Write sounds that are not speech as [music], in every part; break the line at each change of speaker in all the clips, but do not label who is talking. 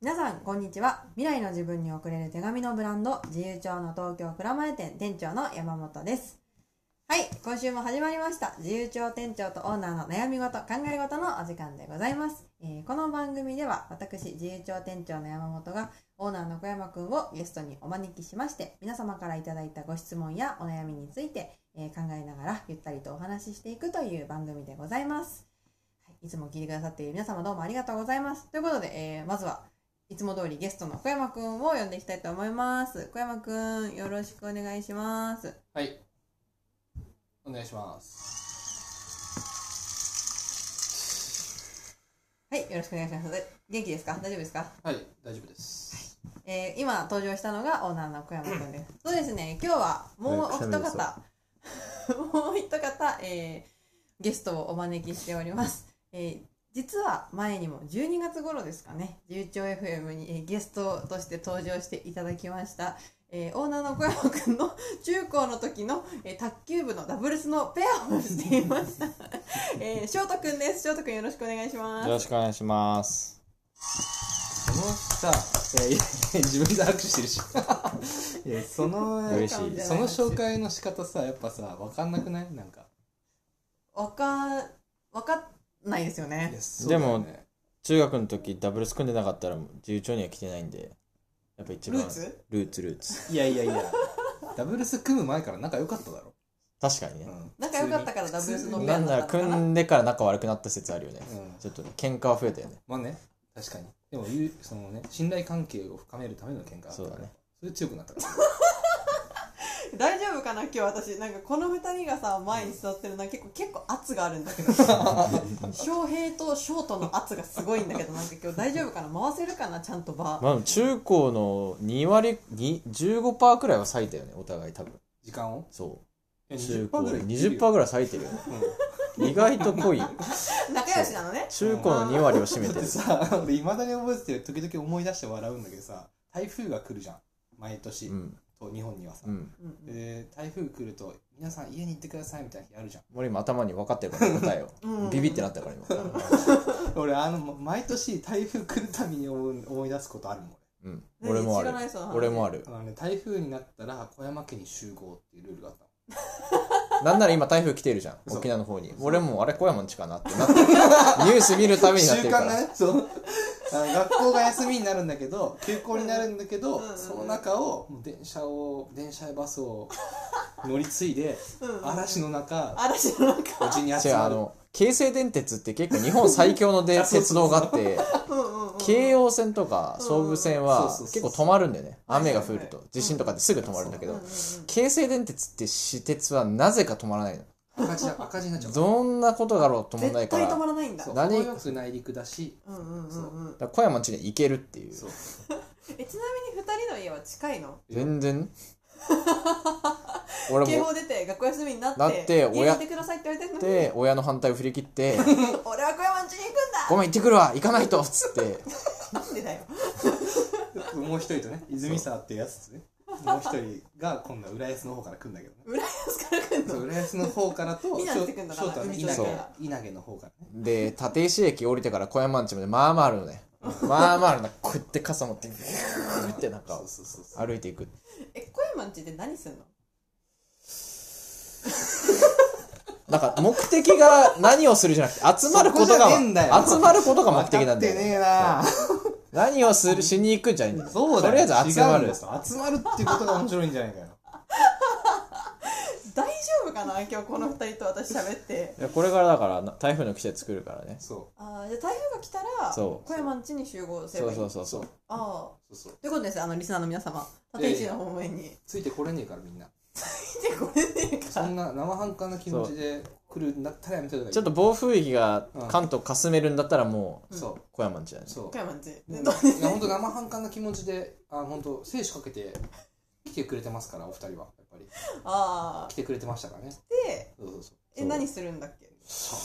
皆さんこんにちは未来の自分に送れる手紙のブランド自由帳の東京蔵前店店長の山本ですはい今週も始まりました自由帳店長とオーナーの悩み事考え事のお時間でございます、えーこの番組では私自由帳店長の山本がオーナーの小山くんをゲストにお招きしまして皆様からいただいたご質問やお悩みについて、えー考えながらゆったりとお話ししていくという番組でございますはいいつも聞いてくださっている皆様どうもありがとうございますということで、えーまずはいつも通りゲストの小山くんを呼んでいきたいと思います。小山くん、よろしくお願いします。
はい。お願いします。
はい、よろしくお願いします。元気ですか大丈夫ですか、
はい、大丈夫です。
えー、今登場したのがオーナーの小山くんです。そうですね、今日はもうお一
ねくし
方、 [laughs] もう一方、えー、ゲストをお招きしております。えー実は前にも12月頃ですかね、自由帳 FM に、えーゲストとして登場していただきました、えーオーナーの小山くんの中高の時の、えー卓球部のダブルスのペアをしていました、 [laughs] えー、翔太くんです翔太くんよろしくお願いします
よろしくお願いします。
そのさ、いやいや自分で拍手してるし。い
[laughs]
や、その、
嬉しい
その紹介の仕方さ、やっぱさ、わかんなくないなんか。
わかわかんないですよ
い
ね
やそうだよね
で中学の時ダブルス組んでなかったら自由帳には来てないんで、やっぱ一
ル
番
ーツ
ルーツルーツ
いやいやいや、ダブルス組む前から仲良かっただろ。
確かに
う
ね。
ん
仲良かったからダブルスの
普通
ペ
に
な
ア
んなら
仲良
組
かったから
んでから仲悪くなった説あるよね。
うん
ちょっと喧嘩は増えたよね。
まあね、確かに。でも、ゆうそのね、信頼関係を深めるための喧嘩
そうだね。
それ強くなったから。
大丈夫かな今日私なんかこの二人がさ前に座ってるな結構結構圧があるんだ
[laughs]
けど翔平と翔太の圧がすごいんだけどなんか今日大丈夫かな回せるかなちゃんとバー
まあでも中高の2割、に15%くらいは割いたよね、お互い多分。
時間を
そ。
いうや
中
パ
高
ーぐらい
20%ぐらい割いてるよね。
うん
意外と濃い。
仲良しなのね
中高の2割を占め
だってて
る。
さ、俺いまだに覚えてて、時々思い出して笑うんだけどさ、台風が来るじゃん、毎年、
うん。
と日本にはさ。
うん。
うん
で、台風来ると、皆さん家に行ってくださいみたいな日あるじゃん。
俺今頭に分かってるからね答え
うん
を。ビビってなったから今。
俺、あの、毎年台風来るたびに思う思い出すことあるもん。
うん。
何
俺も
知
あ
ら
る
ないその。話
俺もある
俺。あのね、台風になったら、小山家に集合っていうルールがあったの。
なんなら今台風来てるじゃん
嘘
沖縄の方に俺もうあれ小山んちかなってなってるニュース見るためになって
習慣
るから
がね、そう。あの学校が休みになるんだけど、休校になるんだけど、
うん
その中を、もう電車を、電車やバスを乗り継いで、
うん
嵐の中、
嵐の中
うちに
違
集
う
ま
あ
る。
の京成電鉄って結構日本最強ので
あそうそう
鉄道があって
うんうんうん
京葉線とか総武線は
そうそうそ
結
う
構止まるんだよね
はいはい
雨
はい
が降ると地震とかですぐ止まるんだけ
うんうん
ど
うん
京成電鉄って私鉄はなぜか止まらないの
赤字だ赤字になっちゃう
どんなことだろう止まらない
絶
か
対
ら
止
だか
まらないんだ
そう
う
何
程よく内陸だし
んうんうんうん
ら小山んちに行けるっていう
そう
えちなみに二人の家は近いの
全然俺
警
も
報出て学校休みになって
なって
家
親
出てくださいって言われてるのに
で親の反対を振り切って
[laughs] 俺は小山ん家に行くんだ
ごめん行ってくるわ行かないとっつって
なんでだよ
もう一人とね泉沢っていうやつとねもう一人が今度は浦安の方から来るんだけどね
浦安から来ん
そう
の
浦安の方からと
稲来てくんだから
翔太はね
海
稲
沿いか
毛
ら
稲毛の方からね
で立石駅降りてから小山んちまでまあまああるのねまあまああるなこうやって傘持ってビューってなんか
そうそうそうそう
歩いていく
え小山ん家で何すんの
なんか目的が何をするじゃなくて集まることが
そこじゃねえんだよ
集まることが目的なんだ
分かって
よ、
ねえな
何をするしに行くんじゃないんだよ
そうだ
とりあえず集ま
違うん
る
だよ集まるっていうことが面白いんじゃないかよ
大丈夫かな今日この二人と私喋って
いやこれからだからな台風の季節来るからね
そ
あーじゃあ台風が来たら
そ
小
う
山ん家に集合すれ
そ
ば
う
いい
そうそうそう
ああ
うそうそう
ということですあのリスナーの皆様立石の方面に
ついてこれねえからみんな
見てこれねえか
そんな生半可な気持ちで来るんだったらやめといた方がいい
ちょっと暴風域が関東かすめるんだったらもう
そう
小山んちだね
そう
小山ん家
いや
でどう
本当生半可な気持ちであ本当生死かけて来てくれてますからお二人はやっぱり
ああ
来てくれてましたからね
で
そうそうそう
え何するんだっけ
さ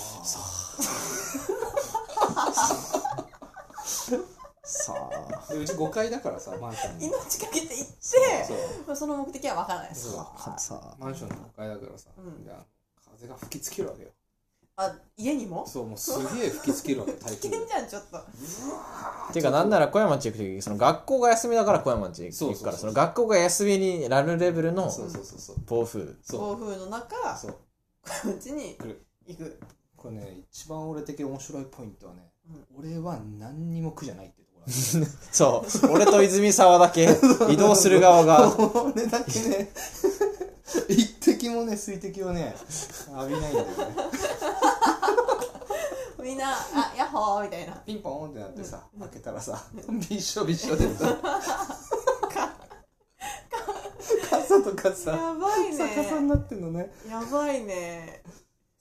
さあ
あでうち5階だからさマンション
命
の
かけて行って
そう
まあその目的は分からないです
そう
さあ
マンションの5階だからさ、
うん
いや風が吹きつけるわけよ
あ家にも
そうもうすげえ [laughs] 吹きつけるわけ台
危
風で
険じゃんちょっと
ていうかなんなら小山家行く時その学校が休みだから小山家行くから
そ
そ
そう
う
そうそう
の学校が休みになるレベルの
そうそうそうそう
暴風
そ
暴
う
風の中
そう
うちに
来る
行く
これね一番俺的に面白いポイントはね、俺は何にも苦じゃないってところ
そう俺と泉沢だけ移動する側が
これだけ [laughs] ね一滴もね水滴をね浴びないんだよね
みんな「あヤッホー」みたいな
ピンポーンってなってさ開けたらさびっしょびっしょでさ傘とかさ
やばい
逆さ
ね
になってんのね
やばいね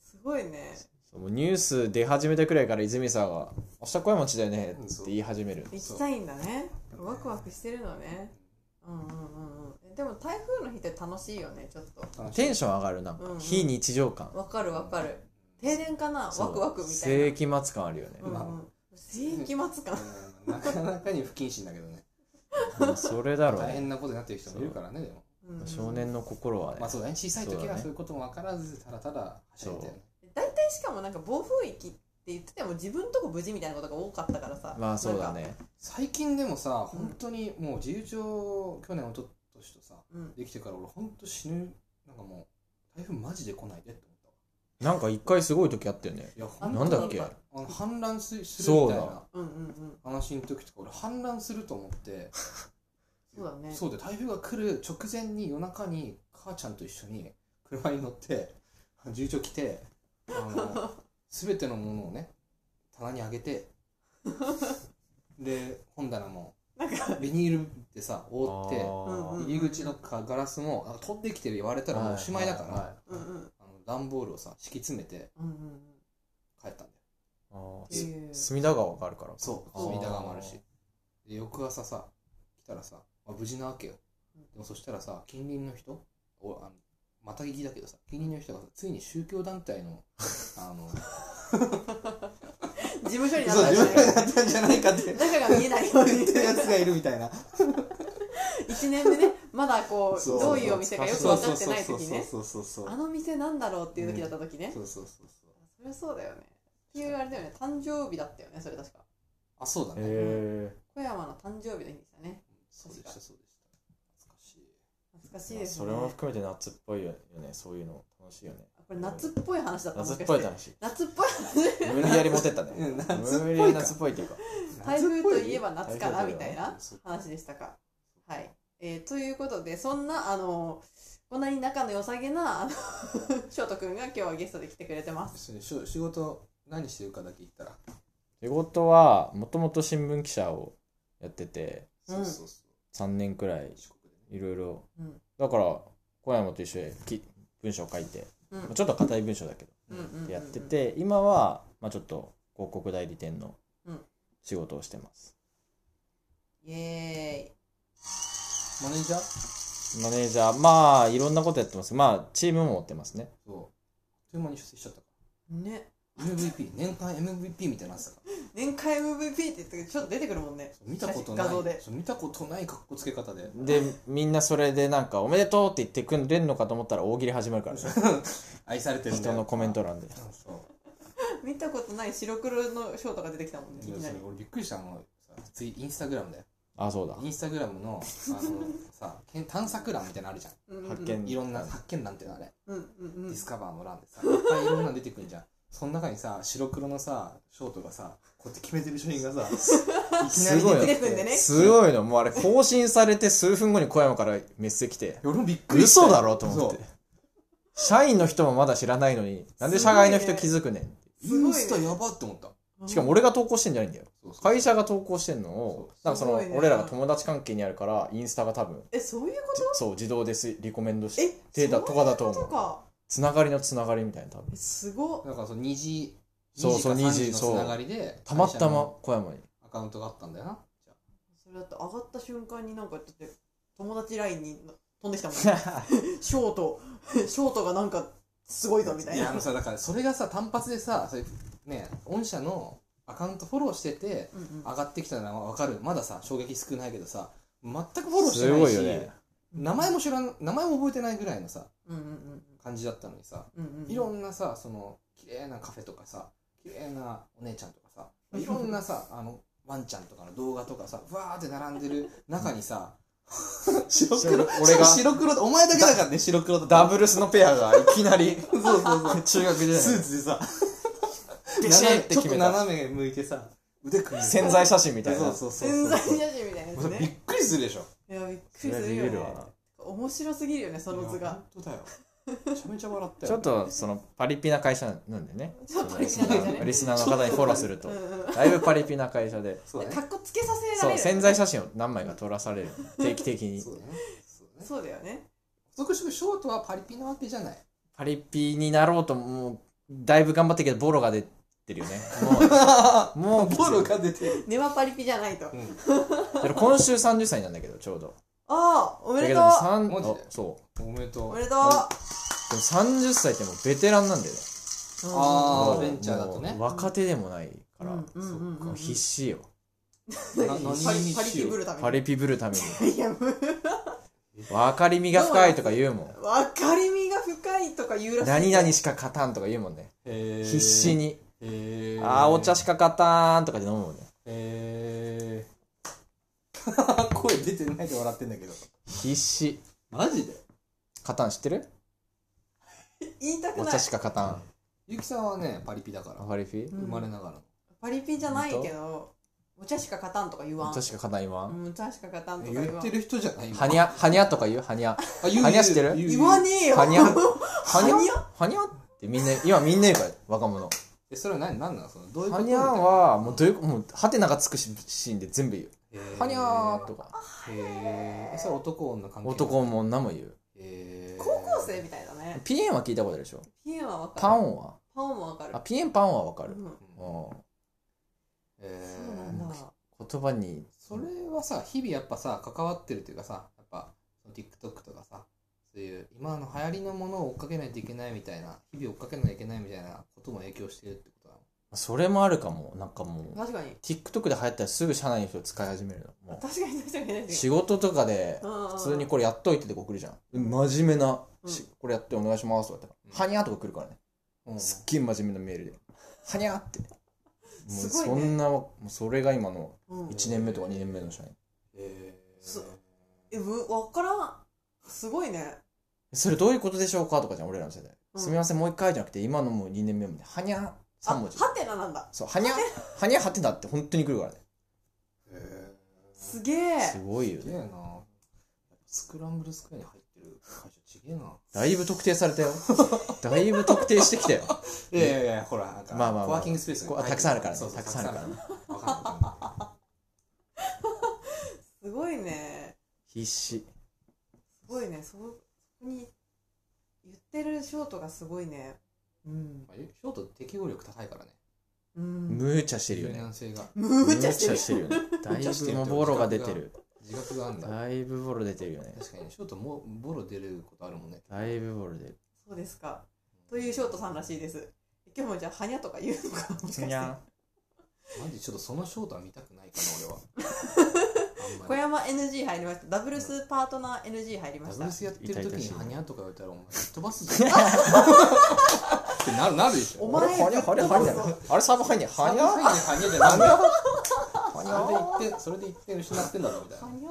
すごいね
もうニュース出始めてくらいから泉沢が「明日小山家だよね」って言い始める
行きたいんだねワクワクしてるのねうんうんうんうんでも台風の日って楽しいよねちょっと
テンション上がるなん
うんう
か
ん
非日常感
わかるわかる停電かな
そ
ワ
う
クワクみた
世
い
紀末感あるよね
な、うんうん世紀末感
うんなかなかに不謹慎だけどね
うんそれだろう
大
ね
変なことになってる人もいるからねでも
うんうん
少年の心はね
まあそうだね小さい時
そうだ
は
ね
そういうことも分からずただただ走ってたよね
大体しかもなんか暴風域って言ってても自分とこ無事みたいなことが多かったからさ
まあそうだ、ね
最近でもさ本当にもう自由帳去年おととしとさ
なんか
できてから俺本当死ぬなんかもう台風マジで来ないでって思ったわ
なんか一回すごい時あったよね
いや
う
ほ
ん、
ん
なんだっけ
あ
あの氾濫すするみたい
そ
な
うだ
うんうんうん
話の時とか俺氾濫すると思って
[laughs] そうだね
そうで台風が来る直前に夜中に母ちゃんと一緒に車に乗って重長来てあの全てのものをね棚にあ
[laughs]
げてで本棚もビニールでさ覆って
うんうん
入り口のかガラスもあ飛んできてる言われたらもうおしまいだから、
うんうん
あの段ボールをさ敷き詰めて
うんうん
帰ったんだよ
あ
って
ー
いう
隅田川があるから
そう
あー
隅田川もあるしで翌朝さ来たらさ、まあ、無事なわけよでもそしたらさ近隣の人おあのまた聞きだけどさ近隣の人がさついに宗教団体 [laughs] のあの
事務所にな
そう
ったんじ
自
ゃ
分
ない
がやったんじゃないかって
中が見えないよう
言
に
ってるやつがいるみたいな
1年でねまだこう
そう
どういうお店かよく分かってない時ね
そうそうそうそう
あの店なんだろうっていう時だった時ね、
そうそうそうそう
そりゃそうだよねっていうあれだよね誕生日だったよねそれ確か
あそうだね、
へ
小山の誕生日の日でしたね
そうでしたそうでした
懐か
懐かしい
しい
え
ですね
それも含めて夏っぽいよねそういうの楽しいよね
これ夏っぽい話だった
夏っ
も
ぽ
し
い
かして
楽し
夏
い
っぽい
[laughs] 無理やり持ってっ
[laughs]
たね
うん夏っぽいか
無理やり夏っぽいっていうか
台風といえば夏かな
夏っぽい
みたいな
そう
話でしたか。はい、えーということでそんなあのこんなに仲の良さげなあの [laughs] 翔太くんが今日はゲストで来てくれてます。
そうし仕事何してるかだけ言ったら
仕事はもともと新聞記者をやってて
うん
そうそう
3年くらい
四国でね
いろいろ
うん
だから小山と一緒でき文章書いて
うん
ちょっと硬い文章だけ
うんうんうん
どやってて今はまあちょっと広告代理店の
うん
仕事をしてます
イエ
マネージャー
マネージャーまあいろんなことやってますまあチームも持ってますね
そうあっという間に出世しちゃったか
ーイね
MVP 年間 MVP みたいなやつだから
年間 MVP って言ったけどちょっと出てくるもんね
そう見たこと
写真画像
ない
で
そう見たことない格好つけ方で
でみんなそれでなんか「おめでとう」って言ってくれるのかと思ったら大喜利始まるからね
[laughs] 愛されてるんだよ
人のコメント欄で
うんそう
見たことない白黒の翔太が出てきたもんねいき
いや
な
そ
り
れ俺びっくりしたあのさついインスタグラムだよ
あそうだ
インスタグラムのあのさけん探索欄みたいなのあるじゃ
うんうん
発
ん
見
いろんな発見欄っていうのあれ
うんうんう
デ
ん
ィスカバーの欄でさいっぱいいろんなの出てくるじゃんその中にさ白黒のさショートがさこうやって決めてる写真がさいきなり
すごいよ
出
出て
てき
くんで
て
ね
すごいのもうあれ更新されて数分後に小山からメッセージ来て
俺もびっくりした
嘘だろと思っ
そう
て社員の人もまだ知らないのになんで社外の人気づくねん
インスタやばって思った
しかも俺が投稿してんじゃないんだよ
そうそう
会社が投稿してんのを
そ
な
うん
かその
すごいね
俺らが友達関係にあるからインスタが多分
えそういうこと
そう自動ですリコメンドし
え
てたとかだと
そういうこと
思う
か
つながりのつながりみたいな多分
えすごっ
なんかその2時
そうそう
2時か3時
2
の
そう
つながりで
たまた
会社
ま
の [laughs]
小山に
アカウントがあったんだよなじゃ
それだって上がった瞬間になんかだって友達ラインに飛んできたもん
[laughs]
ねショート [laughs] ショートがなんかすごいぞみた
あい
い
やあ
な
のさだからそれがさ単発でさそれね御社のアカウントフォローしてて
うんうん
上がってきたのは分かるまださ衝撃少ないけどさ全くフォローして
す
な
ご
いし
いよね
名前も知らん名前も覚えてないぐらいのさ
うんうんうん
感じだったのにさ、
うんうんうん
いろんなさその綺麗なカフェとかさ綺麗なお姉ちゃんとかさいろんな
[laughs]
さあのワンちゃんとかの動画とかさわーって並んでる中に
[laughs]
さ白黒
俺が
白黒お前だけだからね白黒と
ダブルスのペアがいきなり
[laughs] そうそうそう
中学時代
スーツでさ
ビ [laughs] シッ
斜
て
ちょっ
決
と
めた
斜め向いてさ腕組んで
潜在写真みたいな
そうそうそう
潜在写真みたいなや
も
つ
うさびっ
ね
くりするでしょ
いやびっく
そ
り
れ
する
ビ
よ
ビ
ね
るわな
面白すぎるよねその図
いや
が
本当だよめちゃめちゃ笑ったよ
ちょっとそのパリピな会社なんでね
ちょっとパリピな会社ね
リスナーの方にフォローすると
うんうん
だいぶパリピな会社で
そうだね
かっこつけさせら
そ
れ
う
る
潜在写真を何枚か撮らされる定期的に
そうだねそうだね
そうだよね
属職ショートはパリピなわけじゃない
パリピになろうともうだいぶ頑張ってるけどボロが出てるよねもうもうきつい
ボロが出てる、
根はパリピじゃないとあ
だから今週30歳なんだけどちょうど
あおめで
だけ
と
ど
う
もさん
マジで
あそう
おめでと
お
う
めでとう
でも30歳ってもうベテランなんだよね
あー
もう
ベンチャーだとね
もう若手でもないから、
うんうんうんうん
そう必死よ
な
パ
何に
リパリピぶるため
パリピぶるために
ピいやむ
分かりみが深いとか言うもん
分かりみが深いとか言うらしい
何々しか勝たんとか言うもんね
へー
必死に
へー
あーお茶しか勝たんとかで飲むもんね
へー声出てないで笑ってんだけど
必死
マジで
勝たん知ってる
言いたく
お
ない
茶しか勝たん
ゆきさんはねパリピだから
パリピ
うん
生まれながらの
パリピじゃないけどお茶しか勝たんとか言
お
わん
茶しか勝たん言わん
うんお茶しか勝たんとか言わん
言ってる人じゃない
はにゃはにゃとか言うはにゃ
あ言う
はにゃしてる
言う言う
言わねえよ
はにゃ
は
は
に
に
ゃ
ゃはにゃってみんな今みんな言うから若者
えそれは何何なのそのどういうこ
は
と
にゃはもうどういうこもうハテナがつくシーンで全部言う
みたいな
はにゃーとか
へーえそれ男女関係
男も女も言う
へー
高校生みたいだね
ピエンは聞いたことあるでしょ
ピエンは分かる
パンは
パンも分かる
あピエンパンはわか
う
る、
ん
うん
え
そうなんだ
言葉に
それはさ日々やっぱさ関わってるというかさやっぱその TikTok とかさそういう今の流行りのものを追っかけないといけないみたいな日々追っかけないといけないみたいなことも影響してるってことなの
それもあるかもなんかもう
確かに
TikTok で流行ったらすぐ社内の人使い始めるのも
確かに確かに確か
う
に
仕事とかで
普
普通にこれやっといてって送るじゃん真面目な、
うん
しこれやってお願いしますとか言ったら「はにゃ」とか来るからね、
うん
すっげえ真面目なメールで「はにゃ」ってもう
すごい
そ
ね
んな、もうそれが今の
うん
1年目とか2年目の社員
え
そうえむ分からんすごいね
それどういうことでしょうかとかじゃん俺らの世代、
うん
すみませんもう一回じゃなくて今のもう2年目もね「はにゃ」
あ
3文字
ハテナなんだ
そう「はにゃ」「はにゃ」「はてな」って本当に来るからね
え
すげえ
すごいよ
すげえ
ね
なやっぱスクランブルスクエアに入ってる会社ちげえな
だいぶ特定されたよだいぶ特定してきたよ
いやいやいやほらなんか
まあまあまあ
コワーキングスペース
こうたくさんあるからね
そうそう
たくさんあるからね [laughs]
たくさんあるわかんない
すごいね
必死
すごいねそこに言ってるショートがすごいねうん
まあショート適応力高いからね
うん
無茶してるよ
柔
ね
軟性が
むちゃしてる
してるよねだいぶもうボロが出てる
自覚があるんだ
だいぶボロ出てるよね
確かにショートもボロ出ることあるもんね
だいぶボロ出る
そうですかというショートさんらしいです今日もじゃあはにゃとか言うのかもしかして
にゃ
マジちょっとそのショートは見たくないか
[laughs]
な
小
俺はあんまり
山 NG 入りましたダブルスパートナー NG 入りま
ダ
し
ブ
た
ルスやってる時
痛々し
に
いね
ハニャとか言われたらお前吹っ飛ばすじゃんってなるなるでしょ
お
お
前
前はにゃはにゃはに
そう
ゃあれサーバーはにゃは
ハ
に
ニ
ゃ
ャ
は
ハニャじゃない
にゃ
それで一点それで一点失ってんだろみたいな
はにゃ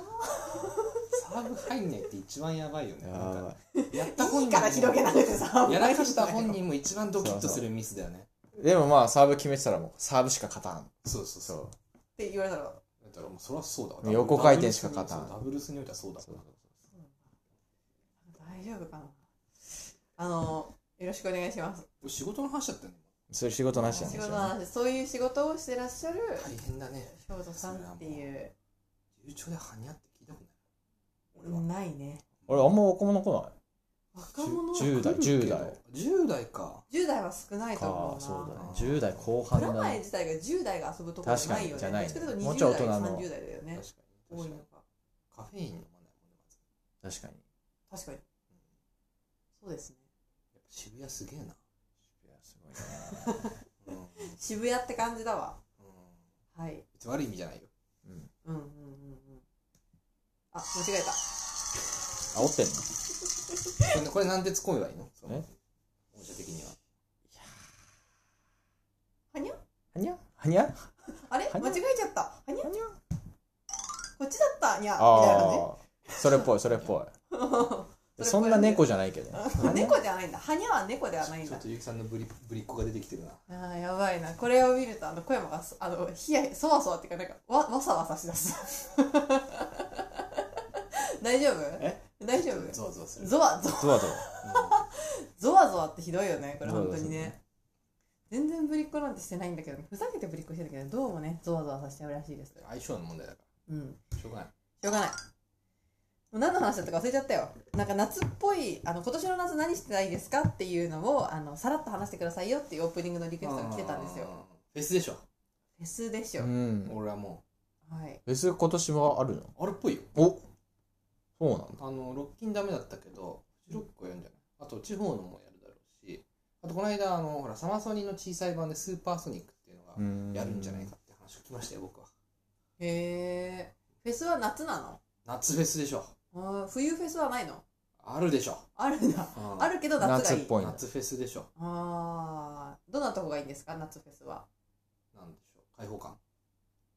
サーブ入んないって一番やばいよねなん
やば
か
い
やった本
いい
人
から広げ
も
られてさ
やらかした本人も一番ドキッとするミスだよね
でもまあサーブ決めてたらもうサーブしか勝たん
そうそうそう
そ
って言われたら
だからもうそりゃそうだわ
横回転しか勝たん
ダブルスにおいてはそうだわ
大丈夫かなあのよろしくお願いします
俺仕事の話だったよね
うそういう仕事なしなん
仕
でし
事
ょ
の話そういう仕事をしてらっしゃる
大変だね
兵頭さんっていう
流暢でハニャって聞いたことない俺は
ないね
俺あんま若者来な
若者
じゅ10代
来るけど
10代
10代か
10代は少ない
い
と思う
か
な
そうだね
あー
10代後
ブ
半
ラ
だ
マエ
ね
自体が10代が遊ぶところじゃないよね
確かにじゃない
どっちかという
もう
と
ちょい
20
大
代
人の
30代だよね
確か
多
に
いの
確かに
か
カフェイン飲まないもんねまず
確かに
確かにそうですね
やっぱ渋谷すげえな、
いやすごいね
うんうん、
渋谷って感じだわはい
別に悪い意味じゃないよ
うん
うんうんうんうんあ間違えた
煽ってんの
これこれなんて突っ込めばいいのその
え
御社的には。
はにゃ
はにゃはにゃ
あれ
はに
間
ゃ
違えちゃったはにゃ
はにゃ
こっちだったにゃみたいな感
ああそれっぽいそれっぽい
じ [laughs]
そんな猫じゃないけどね
あ猫じゃないんだはにゃは猫ではないん
ちょ
だ
っとゆきさんのぶりぶりっ子が出てきてるな。
あーやばいなこれを見るとあの小山がそあのひやそわそわっていうかなんかわわさわさしだす [laughs] 大丈夫
え
大丈
ゾ
夫
ワゾワする。
ゾワゾワ
ゾワゾワ
ゾワゾワってひどいよねこれ
ゾワゾ
本
ワ
当
す
に
る
ね全然ぶりっ子なんてしてないんだけどふざけてぶりっ子してるけどどうもねゾワゾワさせちゃうらしいです
相性の問題だか
うん
ら。しょうがない。
しょうがない。もう何の話だったか忘れちゃったよ。なんか夏っぽい、あの今年の夏何してないですかっていうのをあのさらっと話してくださいよっていうオープニングのリクエストが来てたんですよ
う。ん。フェスでしょ。
フェスでしょ。
うん
俺はも
はい。
フェス今年はあるの
う、あれっぽいよ。
おそうなんだ
あの、ロッキンダメだったけど、フジロックはやるんじゃないあと、地方のもやるだろうし、あと、この間、あの、ほら、サマソニの小さい版でスーパーソニックっていうのが
ん
やるんじゃないかって話を聞きましたよ、僕は。
へえ。フェスは夏な
夏フェスでしょ。
のあー冬フェスはないの
あるでしょ。
あるんだ。
うん
あるけど夏が
夏
い
っ
い。
ぽいな
夏フェスでしょ。
ああ。どんなとこがいいんですか夏フェスは。
なんでしょう。開放感。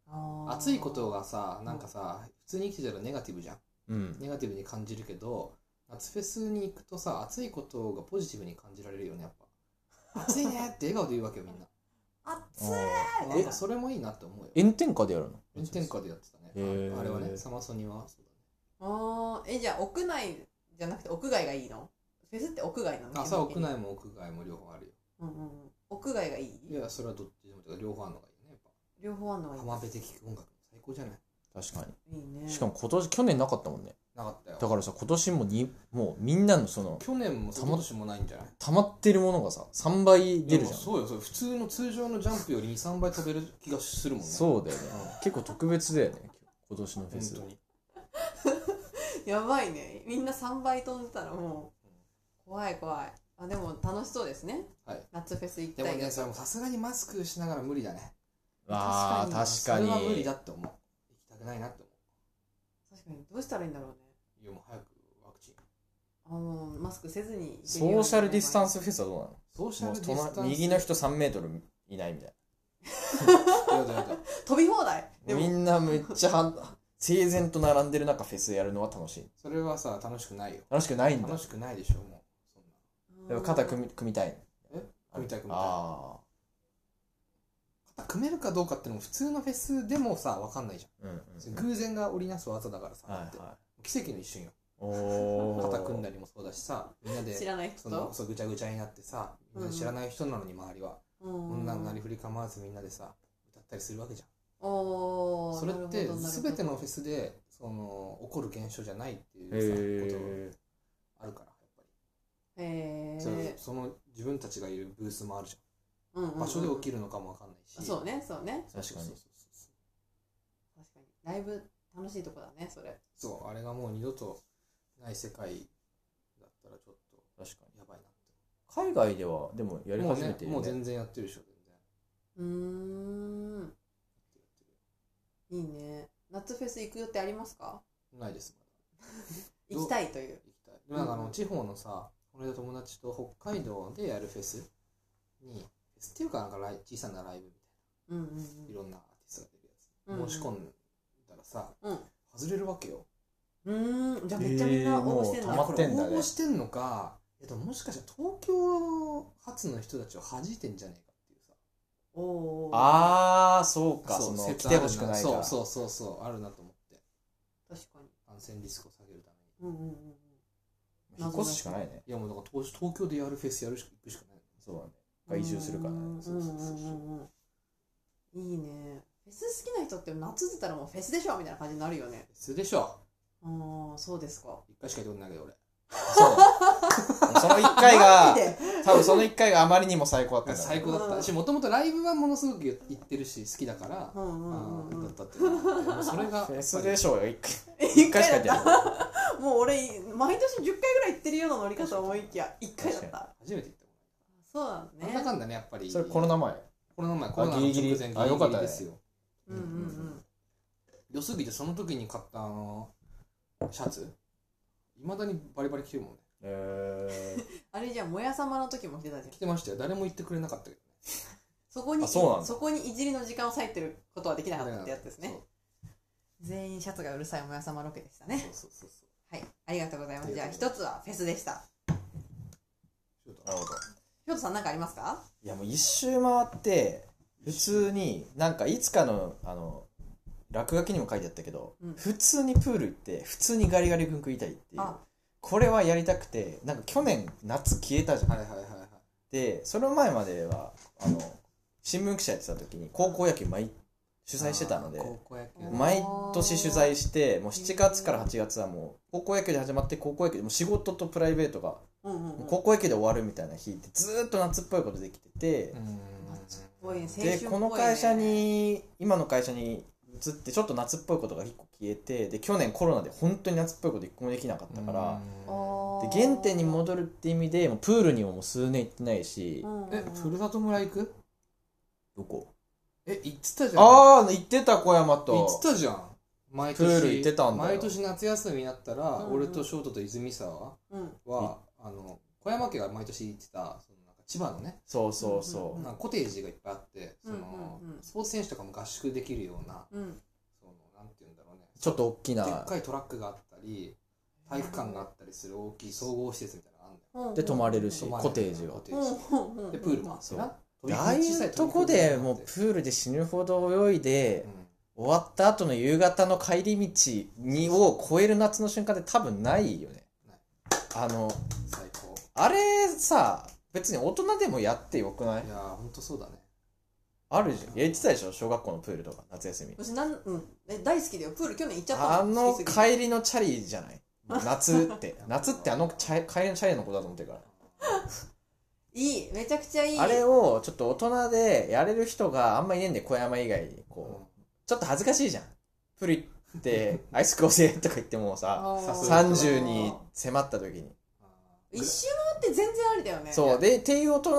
あー
暑いこと。がさ、なんかさ、普通に生きてたらネガティブじゃん。
うん
ネガティブに感じるけど、夏フェスに行くとさ、暑いことがポジティブに感じられるよね、やっぱ。暑いねって笑顔で言うわけよ、みんな。
暑い
あー
なんかそれもいいなって思うよ。
炎天下でやるの
炎天下でやってたね。
へー
あれはね、サマソニは。そう
あーえ、じゃあ屋内じゃなくて屋外がいいのフェスって屋外な
だね
の
朝屋内も屋外も両方あるよ。
うんうんうん、屋外がいい
いや、それはどっちでもというか両方あるのがいいね。やっ
両方あんのが
ぱ
い
浜辺で聴く音楽も最高じゃない
確か
いいいね
にしかも今年去年なかったもんね
なかったよ。
だからさ今年もにもうみんなのその
去年もその年もないんじゃない
溜まってるものがさ3倍出る
い
じ
や
ゃん
そうよ、そうよ普通の通常のジャンプより2、3倍飛べる気がするもんね。
そうだよね
うん
結構特別だよね今年のフ
本
ェス
当に。
やばいねみんな3倍飛んでたらもう怖い怖いあでも楽しそうですね、
はい
夏フェス行き
で
た
も
い
ね、
です
それもさすがにマスクしながら無理だね。
わあ確かに
それは無理だって思う。行きたくないなって思
確かにどうしたらいいんだろうね
う。いや、もう早くワクチン。
あのマスクせずに
ソーシャルディスタン
ス
スフェスはどうなの
ソーシャ
も
ル
う
ディスタン
隣
ス。
右の人3メートルいないみたい
やだやだ。
飛び放題で
なみ
も
んなめっちゃはん整然と並んでる中フェスやるのは楽しい
[laughs] それはさ、楽しくないよ。
楽しくないんだ
楽しくないでしょ、もう。そんな。
でも肩組み組みたい
え組みたい組みたい
あ
肩組めるかどうかってのも普通のフェスでもさ、わかんないじ
あうんうん
ゃん。偶然が織りなす技だからさ、
は
って
いはい
奇跡の一瞬よ。
おー
肩組んだりもそうだしさ、みんなで
知。らない
そ
人
のそうぐちゃぐちゃになってさ、みんな知らない人なのに周りは、
うん
女のなりふり構わずみんなでさ、歌ったりするわけじゃん。
おー
それって全てのフェ
ス
スでその起こる現象じゃないってい
へ
うさこ
え
とがあるからやっぱ
へ
りそれ
え
その自分たちがいるブースもあるじ
うんうん
ゃん場所で起きるのかもわかんないし
そうねそうね
そうそうそうそう
確かにライブ楽しいとこだねそれ
そうあれがもう二度とない世界だったらちょっと
確かに
やばいなっ
海外ではでも
て
やり
もう
始め
ね
てる
も
よ
う
ね
全然やってるでしょ全然
うーんいいね夏フェス行く予定ありますか
ないですど
行
う
きたいという
まだ行きたいでもなんかあ
う
の
ん
地方のさこの間友達と北海道でやるフェスにフェスっていうかなんかライ小さなライブみたいな
うんうん
いろんなアーティストが出る
うん
やつ申し込んだらさ、
うん
外れるわけよ
うんうーんじゃあめっちゃみんな応募してんだ、
えーもう溜まってんだね
これ応募してんのかえっともしかしたら東京発の人たちを弾いてんじゃねえかっていうさ
おお
ああそうか
そ
そうの
説あ
来て
る
ほしくないか
そう
ら
そうそうそうあるなと思って
確かに
感染リスクを下げるため
うん
に
うんうんうん
引っ越すしかないね
いやもうだから東東京でやるフェスやるしか行くしかない
そうだね外住するからね
うんうん
そうそうそう
う
そう
うん
ん
いいねフェス好きな人って夏出たらもうフェスでしょみたいな感じになるよね
フェスでしょ
ああそうですか
一回しか行ったことないけど俺
そうその一回
マ
が
[laughs]
ジで
多分その一回があまりにも最高だったんだろうね
最高だったしもともとライブはものすごく行ってるし好きだから、
うんう
あ
んう
ー
んう
だっ
ん
たっていうのがあってもうそれが
フェスでしょうよ一回
一
一回しかやってない
もう俺毎年10回ぐらい行ってるような乗り方思いきや1回だった
初めて行ったもん
そうなんです
なん
ね
だかんだね、やっぱり。
それコロナ前
コロナ前、コロナの
ギリギリ
直前
あよかったね
ですよ。
うんうんうん
良すぎて、その時に買ったあの、シャツ、いまだにバリバリ着てるもんね。
えー、
あれじゃあもやさまの時も来てたじゃん
来てましたよ誰も言ってくれなかったけどね
そこに
あそうなんだ
こにいじりの時間を割いてることはできなかったってやつですね
そう
全員シャツがうるさいもやさまロケでしたね
そうそうそうそう
はいありがとうございますじゃあ
ありがと
一
う
つはフェスでした
ちょっと
なるほど
ひょうとさん何かありますか
いやもう一周回って普通になんかいつかのあの落書きにも書いてあったけど、
うん
普通にプール行って普通にガリガリ君食いたいっていう
あ
これはやりたくてなんか去年夏消えたじゃん
はいはいはい
[laughs]
はい
でその前まではあの新聞記者やってた時に高校野球毎取材してたので
あー高校野球
ー
毎年取材してもう7月から8月はもう高校野球で始まって高校野球でもう仕事とプライベートが
うんうん、うん、
高校野球で終わるみたいな日ってずーっと夏っぽいことできてて、
夏っぽいね青春っ
で
ぽいね
この会社に今の会社に移ってちょっと夏っぽいことが一個消えてで去年コロナで本当に夏っぽいこと一個もできなかったから
あー
で原点に戻るって意味でもうプールにももう数年行ってないし
うんうんうん
えふるさと村行く
どこ
え行ってたじゃん
ああ行ってた小山と
行ってたじゃん毎年
プール行ってたんだよ
毎年夏休みになったら、
うんうん
俺と翔太と泉沢
うん
はあの小山家が毎年行ってたそのなんか千葉のね、
そうそう
うん
そ
なんかコテージがいっぱいあってその、
うんうんうん
スポーツ選手とかも合宿できるような
うん
そのなんて言うんだろうね
うちょっと大き
でっ
な
かいトラックがあったり体育館があったりする大きい総合施設みたいなのがあるんだよ
うんうん
で泊まれるし
泊まれる
コテージが
コテ
う
ー
ん
ジ
うんうんうん
でプールもあって
そう
な飛び
ああいうとこでもうプ
飛
ールで死ぬほど泳い
び
で
込んで
終わった後の夕方の帰り道にを超える夏の瞬間って多分ないよね
ない
あの
うん最高
あれさ別に大人でもやってよくない
いやーほんとそうだね
あるじゃんいや言ってたでしょ小学校のプールとか夏休み
私なん、うん、え大好きだよプール去年行っちゃった
あ
好
の
きすぎて
帰りのチャリじゃない夏って [laughs] 夏ってあのチャ帰りのチャリのことだと思ってるか
いいめちゃくちゃいい
らあれをちょっと大人でやれる人があんまいねえんで小山以外にこうちょっと恥ずかしいじゃんプール行 [laughs] ってアイス食おうぜとか言ってもうさ
あー
30に迫った時に
一周回って全然ありだよね
そうでっていう大人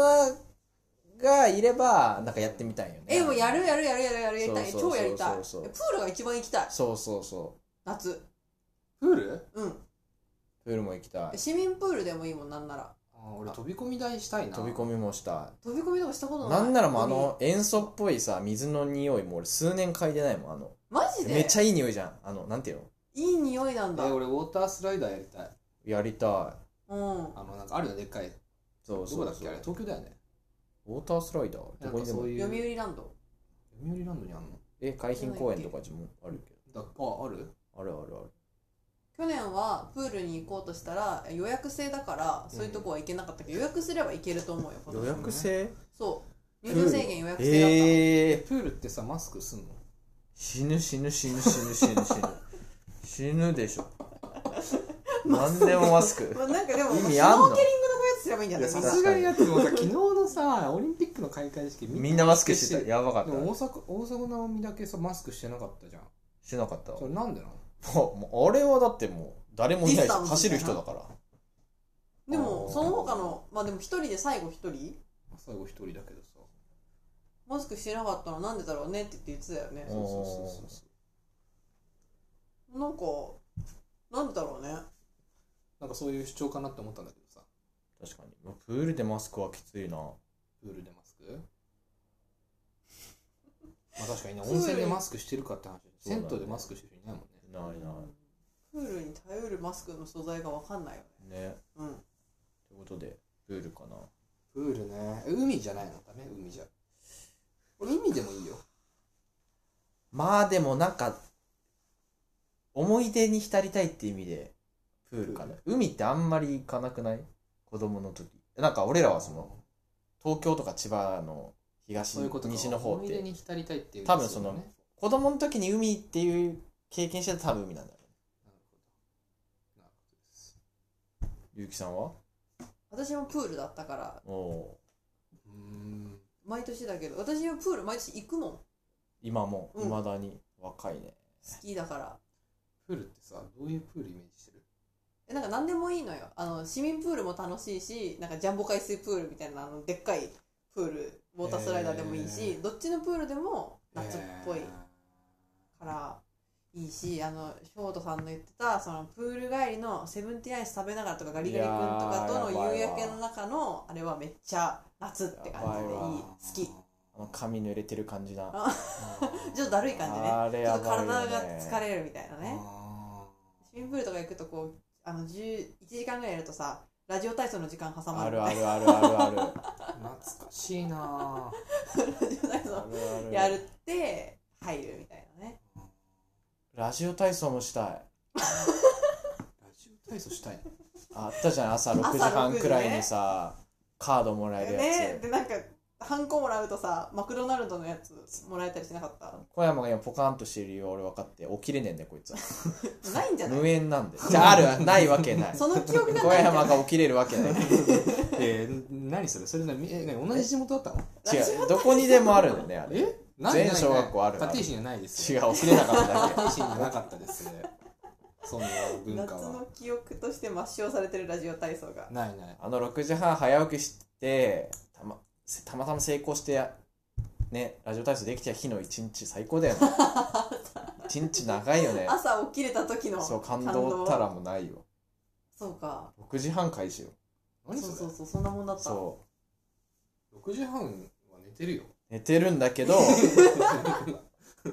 がいればなんかやってみたいよね
えもうやるやるやるやるやるやりたい
そうそ
超
うそうそう
やりたい
そう
プールが一番行きたい
そうそうそ
夏
プール
うん
うプールも行きたい
市民プールでもいいもんなんなら
あー俺飛び込み台したいな
飛び込みもした
飛び込みとかしたことない
なんならもうあの塩素っぽいさ水の匂いもう俺数年嗅いでないもんあの
海マジで
めっち
ゃ
ゃいい匂いじゃんあのなんていうの
いい匂いなん
え
だうん
俺ウォータースライダーやりたい
やりた
あのなんかあるのでっかい
いそう
ど
そ
こ
う
だっ
そ
けあれ
う
東京だよね
ウォータースライダーど
なんか
こにで
そ
も
ういう
読売ランド
読売ランドにあんの
え海浜公園とかにもあるけ
だあある
どあるあるある
去年はプールに行こうとしたら予約制だからそういうとこは行けなかったけど、予約すれば行けると思うよ今
予
年
約制
そう入場制限予約制だった、
ええー、
プールってさマスクすんの
死ぬ死ぬ死ぬ死ぬ死ぬ死ぬ死ぬで
[laughs]
しょ何でもマスク
まあ、なんかでも
意味
ス
あん
ノ
の
ーケリングのこういうやつすればいいんじゃ
い
ない
や
み
さ
んな
すがにやってもさ昨日のさオリンピックの開会式
みんなマスクしてたやばかっ
で
た
も大阪大阪直美だけさマスクしてなかったじゃん
してなかったわ
それなんでなの
もうもうあれはだってもう誰もいな
ディ
い
ス
し
タンス
走る人だから
でもその他のまあでも一人で最後一人
最後一人だけどさ
マスクしてなかったのなんでだろうねって言って言ってたよ
う
ね
ん
そうそうそうそう
なんかなんでだろうね
なんかそういう主張かなって思ったんだけどさ
確かにまあプールでマスクはきついな
プールでマスク [laughs] まあ確かにね温泉でマスクしてるかって話
そうだね
銭湯でマスクしてる人いないもんね
ないな
プールに頼るマスクの素材が分かんないよね
いね
うん
ということでプールかな
プールね海じゃないのダメ海じゃ俺海でもいいよ
まあでもなんか思い出に浸りたいって意味でプールかな海ってあんまり行かなくない子供の時なんか俺らはその東京とか千葉の東
そういうことか
西の方っ
思い出
て
に浸りたいっていう
多分その
そうだね
子供の時に海っていう経験してたら多分海なんだろ
なるほどなるほどです
う結城さんは
私もプールだったから
おお
うーん
毎年だけど私はプール毎年行くもん好
ー今も
うん
いまだに若いね、
きだから
プールってさどういうプールイメージしてる
えなんか何でもいいのよあの市民プールも楽しいしなんかジャンボ海水プールみたいなあのでっかいプールウォータースライダーでもいいし、
えー
どっちのプールでも夏っぽい
え
からいいしあのショートさんの言ってたそのプール帰りのセブンティーンアイス食べながらとかガリガリ君とかと
いやーやばい
の
わ
夕焼けの中のあれはめっちゃ夏って感じでいい
やばいわ
好き
あの髪濡れてる感じな
ちょっとだるい感じね
あれ
ちょ
や
っと
ばいよね
体が疲れるみたいなね
あ
市民プールとか行くとこうあの10 1時間ぐらいやるとさラジオ体操の時間挟ま
あ
るみた
るあ
い
るあるあるあるある
ー懐かしいなぁ
なラジオ体
あ
操 [laughs]
る
やるって入るみたいなね
ラジオ体操もしたい
ラジオ体操したいね
あったじゃん朝6時
朝6時
半
ね
くらいにさ、カードもらえるや
ね
つ、
でなんかハンコもらうとさマクドナルドのやつもらえたりしなかった
小山が今ポカンとしてる理由は俺分かって起きれねえんだよこいつは
ないんじゃない
無縁なんでじゃあある
[laughs]
わないわけない
その記憶が
小
ないんじゃ
山
ない [laughs]
が起きれるわけない
[laughs] えー、何それそれな、みえ何同じ地元だったの
ラジオ体
違うどこにでもあるのねあれ
えない
全
ない
小学校ある
ない立石にはないです
違
よ
う起きれなかっただけ
立石にはなかったです
[laughs]
ねそんな文化
夏
は
の記憶として抹消されてるラジオ体操が
ないない
あの6時半早起きしてたまたまたま成功してねラジオ体操できた日の一日最高だ
[laughs]
よね一日長いよね
朝起きれた時の
そう感動たらもないよ
そうか
6時半開始よ
そう
何それ
そうそうそんなもんだった
そ
6時半は寝て
[laughs]
るよ
う寝てるん
[laughs]
だけど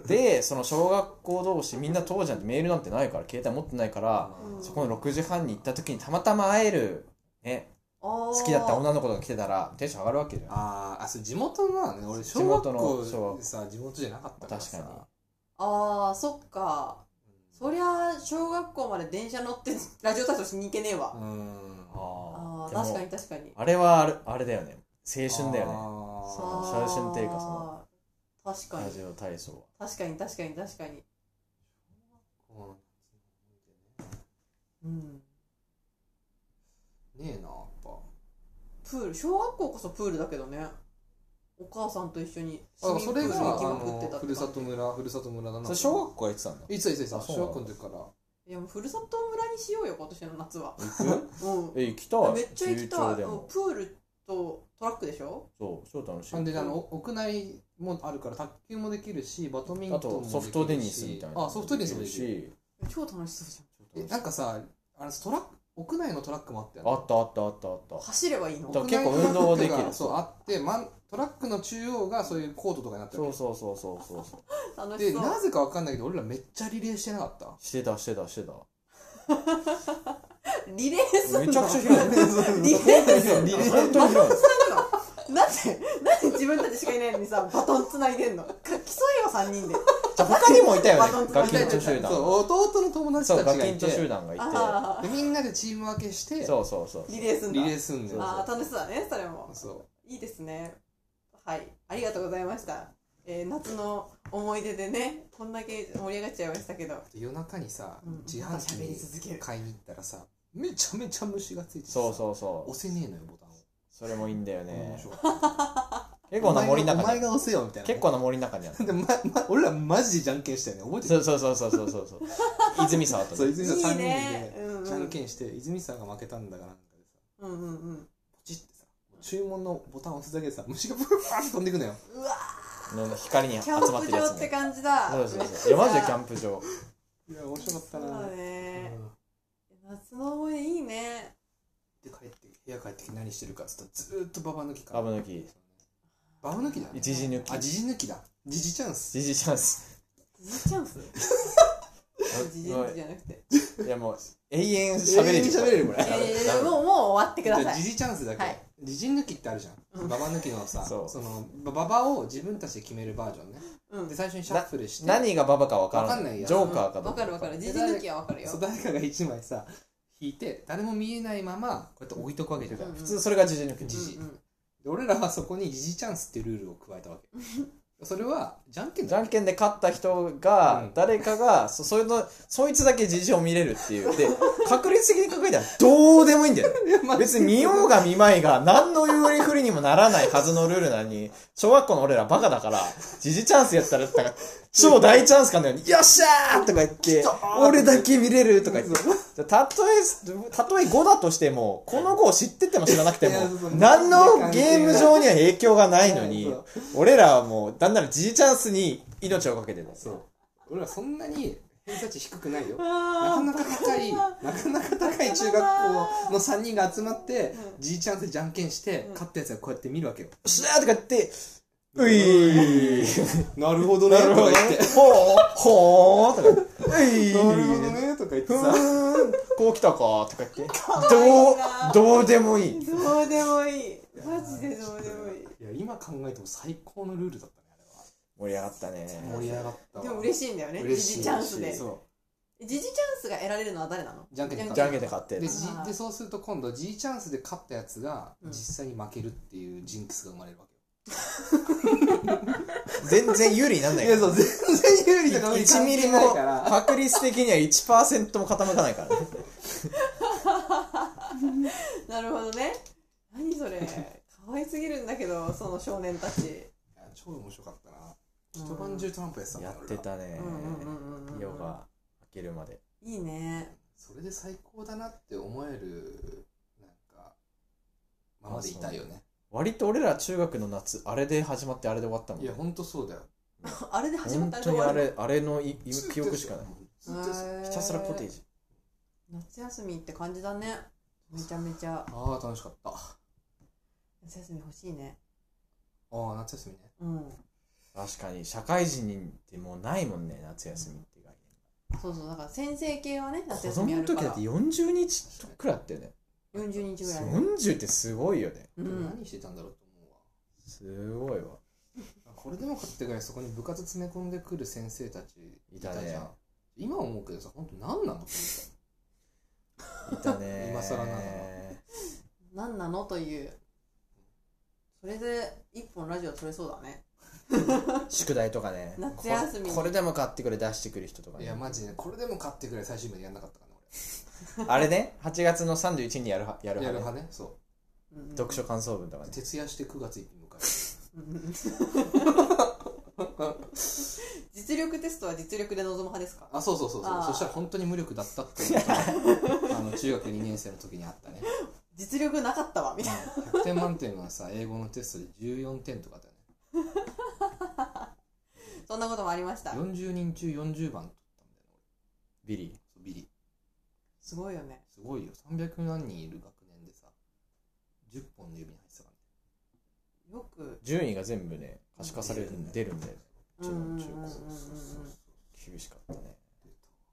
でその小学校同士みんな当時なんてメールなんてないから携帯持ってないから
うん
そこの6時半に行った時にたまたま会える、ね、
好
好きだった女の子が来てたらテンション上がるわけじゃん
あーあそう地元のはね俺
地
小学
元の
校でさ地元じゃなかったからさ
確か
あーそっかそりゃ小学校まで電車乗ってラジオ体操しに行けねえわ
にうん
あー
でも
確かに確かに
あれはあれあれだよね青春だよね
あ
よ
そ
ー
青春っていうかその
確か
ラ
に
ジオ体操は
確かに確かに確かにうん
ねえなやっぱ
プール小学校こそプールだけどねお母さんと一緒に
あだからそれ
ス
が
イミングプ
あ
ール行きまくってた
の
って
ふ
感
る
じ
さと村ふるさと村だな
それ小学校行ってたんだ
いついついつ
あそう
小
なの
学校の時から
いやもうふるさと村にしようよ今年の夏はうん
え行きたい
めっちゃ行きた
中
い
朝で
うん
も
プールとトラックでしょ
そう超楽しい
なんであのお屋内もあるから卓球もできるしバドミント
あ
ンもでき
と
るし
ソフトテニスみたいな
あソフトテニスもできる
超楽しそうじ
えなんかさあれトラック屋内のトラックもあったよね
あったあったあったあっ
ゃん走ればいいの
だから結構
屋内の
運動できる
トラックがそうあってまんトラックの中央がそういうコートとかになったてる
そうそうそうそうそうそう
楽し
で
そう
なぜかわかんないけど俺らめっちゃリレーしてなかった
してたしてたしてた
リレーすんの
めちゃく
[laughs]
ちゃ広い
リレーすんの
リレー本
な
当に広い
んでなんで自分たちしかいないのにさバトンつないでんのか競いよ3人で
じゃあ他にもいたよね
バトンつな
ガ
い
キ
で
ンチョ集
そう
団
弟の友達
そう
た
ガ
ちが
キ
い
ン
て
チョ集団がいて
あ
でみんなでチーム分けして
そうそうそう
ーリレーすんだ
リレーすんだよ
あー楽しそうだねそれも
そう
いいですねはいありがとうございました、えー夏の思い出でねこんだけ盛り上がっちゃいましたけど
夜中にさ
うん
自販機
また喋り続け
に
る
買いに行ったらさめちゃめちゃ虫がついててさ
そうそうそう
押せねえのよボタンを
それもいいんだよね
面白かった
結構な森の
お
中
前
にある
が押せよみたいな
結構な森の中にある
で、まま、俺らマジでじゃんけんしたよね覚えて
そうそうそうそうそうそうそう泉沢と
るそう
ね
泉さん3人
いい
で
ねうんうん
じゃんけんして泉さんが負けたんだからなんかでさ
うんうんうん
ポチってさ注文のボタンを押すだけでさ虫がブワーって飛んでいくのよ
うわ
の光に集
キャ
ま
ン
って
プ
るや
場
つ
って
ね
感じだ
そうそうそういやマジでキャ
プ
ンプ場
いや面白かったな
そうだね、夏の思い出いいね
で帰って部屋帰ってきて何してるかっつったらずーっとババ抜きから
バブ抜き
ババ抜きだね
一時抜き
あジジ抜きだジジチャンス
ジジチャンス
ジジチ
[laughs]
ャンスジジチャンスじゃなくて
いやもう永遠喋れる
永遠喋れるこれ
いやいやいやもうもう終わってく
じゃ
だ
あ
さい
ジジチャンスだけ、
はい
ジジ抜きってあるじゃん、ババ抜きのさ
そう
のバババを自分たちで決めるバージョンね
うん
で最初にシャッフルして
何がババか分から
わ
な
か
い
んないや
ジョーカーかど
わ
う
かるわかるジジ抜きはわかるよ
そう誰かが1枚さ引いて誰も見えないままこうやって置いとくわけじゃん、
うん
で
普通それがジジ抜き
ジジ
うんうん
俺らはそこにジジチャンスっていうルールを加えたわけそれはじゃんけん
じゃん
だ
けんで勝った人が、
うん
誰かがそそれのそいつだけジジを見れるって [laughs] いうで確率的に考えたらどうでもいいんだよね
いやまあ
別に見ようが見まいが何の言うりふりにもならないはずのルールなのに小学校の俺らバカだからジジチャンスやったらなんか超大チャンスかのように「よっしゃー!」とか言って「俺だけ見れる!」とか言ってたとえたとえ5だとしてもこの5を知ってても知らなくても
いやそうそう
何のゲーム上には影響がないの
そ
に
う
俺らはもうだんだらジジチャンスに命をかけてる
そう俺らそんなに偏差値低くないよな
あ
かなか高い、なかなか高い中学校の3人が集まって、じいちゃんでじゃんけんして、
うん
勝ったやつがこうやって見るわけよ。
「しゃー!」とか言って「ういー
なるほどね、
な
と
る
か
ほどね
言って。」
「ほーほー」とか言って「うい
なるほど
ー」
ね、とか言ってさ。
ふーんこう来たかとか言って
わいいな
どうどうでもいい
どうでもいいマジでどうでもいい
いや、今考えても最高のルールだったね、
盛り上がったね
あれは。盛り上がったわ。
でも嬉しいんだよね
嬉
時事チャンスで
そ
時事チャンスが得られるのは誰なの
う。じゃんけんで
じゃ
勝
んけ
っ
んで勝って
た。で、
る
じ
あー
で、そうすると今度、G チャンスで勝ったやつが、
うん
実際に負けるっていうジンクスが生まれるわけよ。
全然有利になんない
い
か
や、
ら
そう、全然有利とか
1ミリ
関係な
も
いから
確率的には1%も傾かないからね
なるほどね何それ可愛すぎるんだけどその少年たち
いや超面白かったな。
うん
一晩中トランプやってたんだ
や
よ
ってた
うん
ね
うんうんうんうん
夜が明けるまで
いいね
それで最高だなって思えるなんかままでいたいよね
割と俺ら中学の夏あれで始まってあれで終わったもん
いや
ね
ほんとそうだよ
あれで始まっ
本
た
当にあ
終わる
れあれの
[laughs]
いい
ずっと
記憶しかない
ずっとです
へー
ひたすらコテージ
夏休みって感じだねめちゃめちゃ
ああ楽しかったあ
夏休み欲しいね
あ夏休みね
うん
確かに社会人ってもうないもんね夏休みって概
そうそうだから先生系はね
念
夏
子
休み
供
あ
の
るか
時だっ
ら
て40日くらいあったよね
40日ぐらいで
40ってすごいよね
う
でも
ん
何してたんだろうと思うわ
すごいわ
これでもかってぐらいそこに部活詰め込んでくる先生たちいたじ
いた
ゃん
ね
今思うけどさ本当何なのって
いた
[laughs]
ね
今更なの
何なのというそれで一本ラジオ取れそうだね
宿題とかね
夏休みに
これでも買ってくれ出してくる人とか
思うい
ね
やマジでこれでもかってぐらい最終日までやんなかったからね
あれね8月の31日にやるはやる
俺や
は
る派
ね
ねそ
うんうん
読書感想文とか
う
ね
徹夜して9月1日迎える
うんうん [laughs] 実力テストは実力で臨む派ですか
あそうそうそうそ
あ
う
ー
そしたら本当に無力だったっていうの
[laughs]
があの中学2年生の時にあった
[laughs]
ね
実力なかったわみたい
100点満点はさ英語のテストで14点とかだよね
なそんなこともありました
40人中40番取ったんだよね
ビリ
そうビリ
すごいよね
すごいよ300何人いる学年でさ10本の指に入ってたか
よく
順位が全部ね可視化される
うん
出るんでうち
うんうんう
の
ん
中
うんうん
高
らねそうそうそうそう
厳しかったね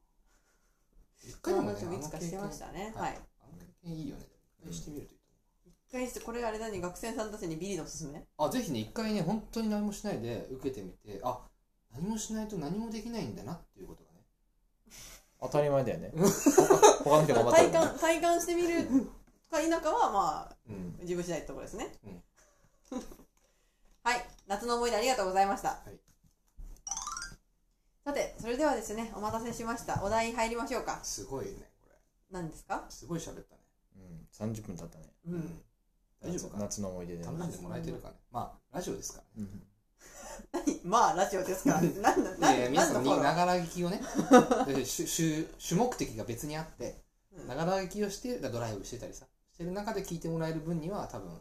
[laughs]
一
そ
回で
ん
も
な
ねあ
話をい
の
つか
経
して
験
ましたねはい
あの経験いいよね一回してみるといいと
一回してこれあれ何学生さんたちにビリのおすすめ
思うあぜひね一回ね本当に何もしないで受けてみてあ何もしないと何もできないんだなっていうことがね
当たり前だよね他他の人頑張った
体
らね
感体感してみるか否かはまあ
うん
自分次第ってところですね、
うん
[laughs] はい夏の思い出ありがとうございました、
い
さてそれではですねお待たせしましたお題入りましょうか
すごいねこれ
何ですか
すごい喋ったね
うん30分経ったね
うん、
大丈夫かな
夏の思い出でね
楽しんでもらえてるかねまあラジオですからね
うん
何まあラジオです
[laughs]
から何だ
いやいや
何だ
皆さん
何
に
のフォロ
な
ー
がら聞きを
[laughs]
ねで主主主目的が別にあって
うん
ながら聞きをしてだからドライブしてたりさしてる中で聞いてもらえる分には多分なん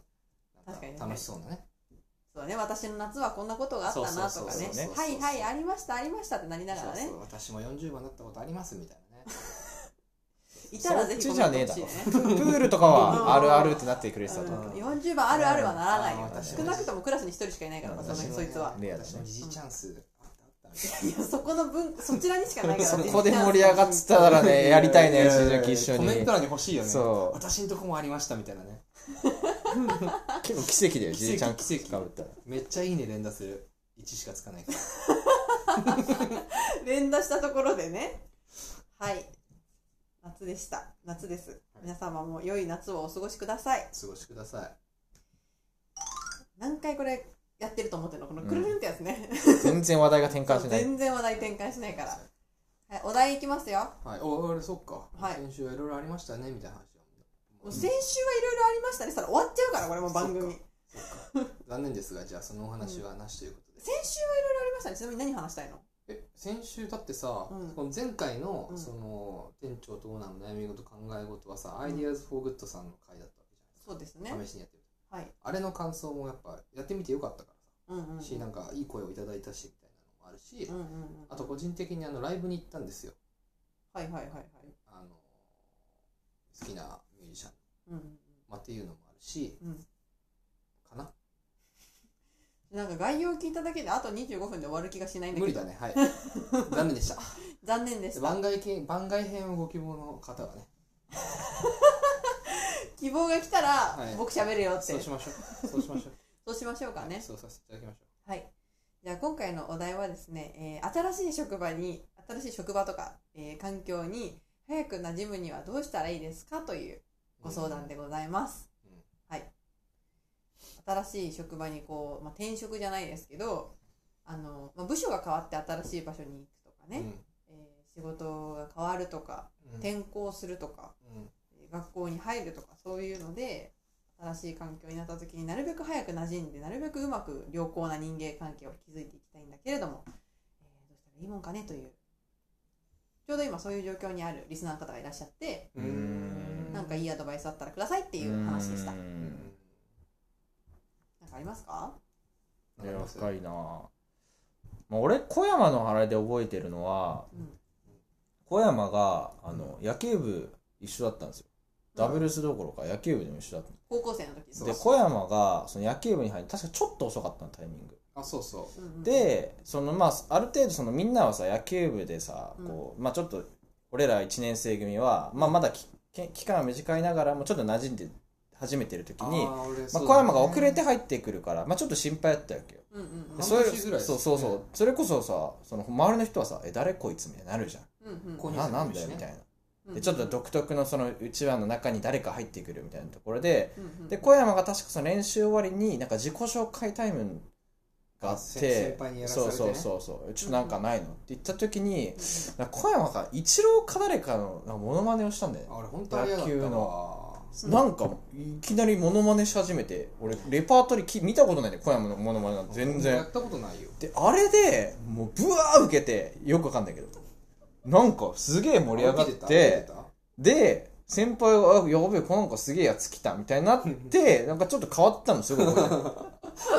確かにね
楽しそうなね
そうね私の夏はこんなことがあったなと
そう
か
そう
ね
そうそう
はいはいありましたありましたってなりながらね
そうそう私も40番だったことありますみたいなね
いたらぜひ
そっち
コ
じ
メン
ゃ
ト
ねえ
欲
だ
しい
ろ
ね
プールとかはあるあるってなってくれてたと思う
うん40番あるあるはならないよ
あー私
少なくともクラスに1人しかいないから
うん
その
私のね
そいつは
レアだね
私の時事チャンスあったあったみたいない
やそこの分そちらにしかないか
[laughs]
ら
そこで盛り上がってたらねやりたいね新崎一緒
コメン
に
ト欄に欲しいよね
そう
私のとこもありましたみたいなね
結構奇跡だよ
奇跡
じいちゃん
奇跡
かぶったら
めっちゃいいね連打する1しかつかないから
連打したところでねはい夏でした夏です皆様も良い夏をお過ごしください
過ごしください
何回これやってると思ってるのこのくるるんってやつね、
全然話題が転換しない
全然話題転換しないから、はい、お題いきますよ
はい、おあれそっか、
はい
先週はいろいろありましたねみたいな
もう
話
先週はいろいろありましたねそれ終わっちゃうからこれもう番組
そっ
先
かそっか残念ですがじゃあそのお話はなしということで、
週はいろいろありましたねちなみに何話したいの
え先週だってさ、
うん
この前回の、
うん
その店長とオーナーの悩み事考え事はさ、アイディアズ・フォーグッドさんの回だったわけじ
そうです
ゃ
ね
ないですか試しにやってみて
はい
あれの感想もやっぱやってみてよかったからさ、
うんうん
しなんかいい声をいただいたしみたいなのももあるし、
うんうんうん
あと個人的にあのライブに行ったんですよ
はいはいはいはい
あの好きなミュージシャン、
うんうん
まあ、っていうのもあるし、
うん
かな
うんなんか概要を聞いただけであと25分で終わる気がしないんだけど
無理だね
[laughs]
はい残念でした
残念でした
番外編番外編をご希望の方はね
希望が来たら、
い
僕喋るよって
そうしましょうそうしましょう
そうしましょうかね
そうさせていただきましょ
はい。じゃあ今回のお題はですね、えー新しい職場に、新しい職場とか、えー環境に早く馴染むにはどうしたらいいですかという
う
ご相談でございます。
うん
はい。新しい職場にこう、まあ、転職じゃないですけど、あの、まあ、部署が変わって新しい場所に行くとかね、えー仕事が変わるとか、
うん
転校するとか、
うん
えー学校に入るとかそういうので新しい環境になった時になるべく早く馴染んでなるべくうまく良好な人間関係を築いていきたいんだけれども、えーどうしたらいいもんかねというちょうど今そういう状況にあるリスナーの方がいらっしゃって
うーん
なんかいいアドバイスあったらくださいっていう話でした
うー
うん
ん
なんかありますか
わか
い
り
や
ます
深いなぁ、まあ、俺小山の払いで覚えてるのは
うん
小山があの野球部一緒だったんですよダブルスどころか野球部でも一緒だった
高校生の時
そう
で小山がその野球部に入って確かちょっと遅かったのタイミング
あそうそ
うんうん
でそのまあある程度そのみんなはさ野球部でさこう、まあちょっと俺ら1年生組は、まあ、まだきけ期間は短いながらもちょっと馴染んで始めてる時
う
に
あー俺
ま
そ
あ、
うだ
小
ね
山が遅れて入ってくるから、まあ、ちょっと心配だったわけよ
うんうん
で
半
それ
年ぐらいです
そ
ね
うそうそうそれこそさその周りの人はさ「え誰こいつ」みたいになるじゃん
うんうんうん
ここに
ななんだよ
ね
みたいな
うん
でちょっと独特のそのうちわの中に誰か入ってくるみたいなところで
うんうん
で小山が確かその練習終わりになんか自己紹介タイムがあっ
せ
て
先輩にやらされ
そ
て
う
ね
そうそうそうちょっとなんかないのって言った時に
う
なんか小山がイチローか誰かのなんかモノマネをしたんだよね
あ俺本当あれ嫌だった
野球
わ
うん
なんかいきなりモノマネし始めて俺レパートリーき見たことないね小山のモノマネなんて全
や
然
ったことないよ
であれでもうブワー受けてよくわかんないけどなんかすげえ盛り上がっ
あ受け
て
た
で先輩が「あやべえこの子すげえやつ来た」みたいになってなんかちょっと変わったのすご
[laughs]
い覚えてる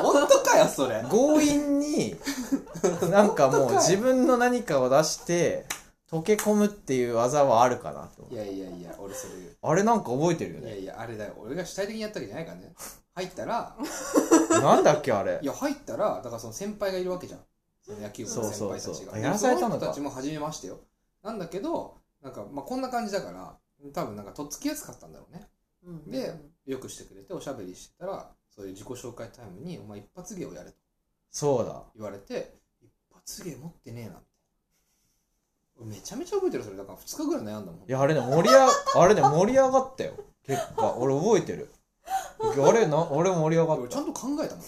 本当かよそれ
強引になんかもう自分の何かを出して溶け込むっていう技はあるかなと
いやいやいや俺それ
あれなんか覚えてるよ
いや
ね
いやあれだよ俺が主体的にやったわけじゃないからね入ったら
なんだっけあれ
いや入ったらだからその先輩がいるわけじゃんその野球部の先輩たちが
そうそうそうあ
で
やらされたの
そ
か
人たちも初めましてよなんだけどなんか、まあ、こんな感じだから多分なんかとっつきやすかったんだろうね
んうんうん
でよくしてくれておしゃべりしてたらそういう自己紹介タイムに「お前一発芸をやれ」と
そうだ
言われて「一発芸持ってねえな」みたいな俺めちゃめちゃ覚えてるそれだから2日ぐらい悩んだもん
いやあれね盛り上があれね盛り上がったよ結果俺覚えてるあれな俺盛り上がっ
俺ちゃんと考えたもんだって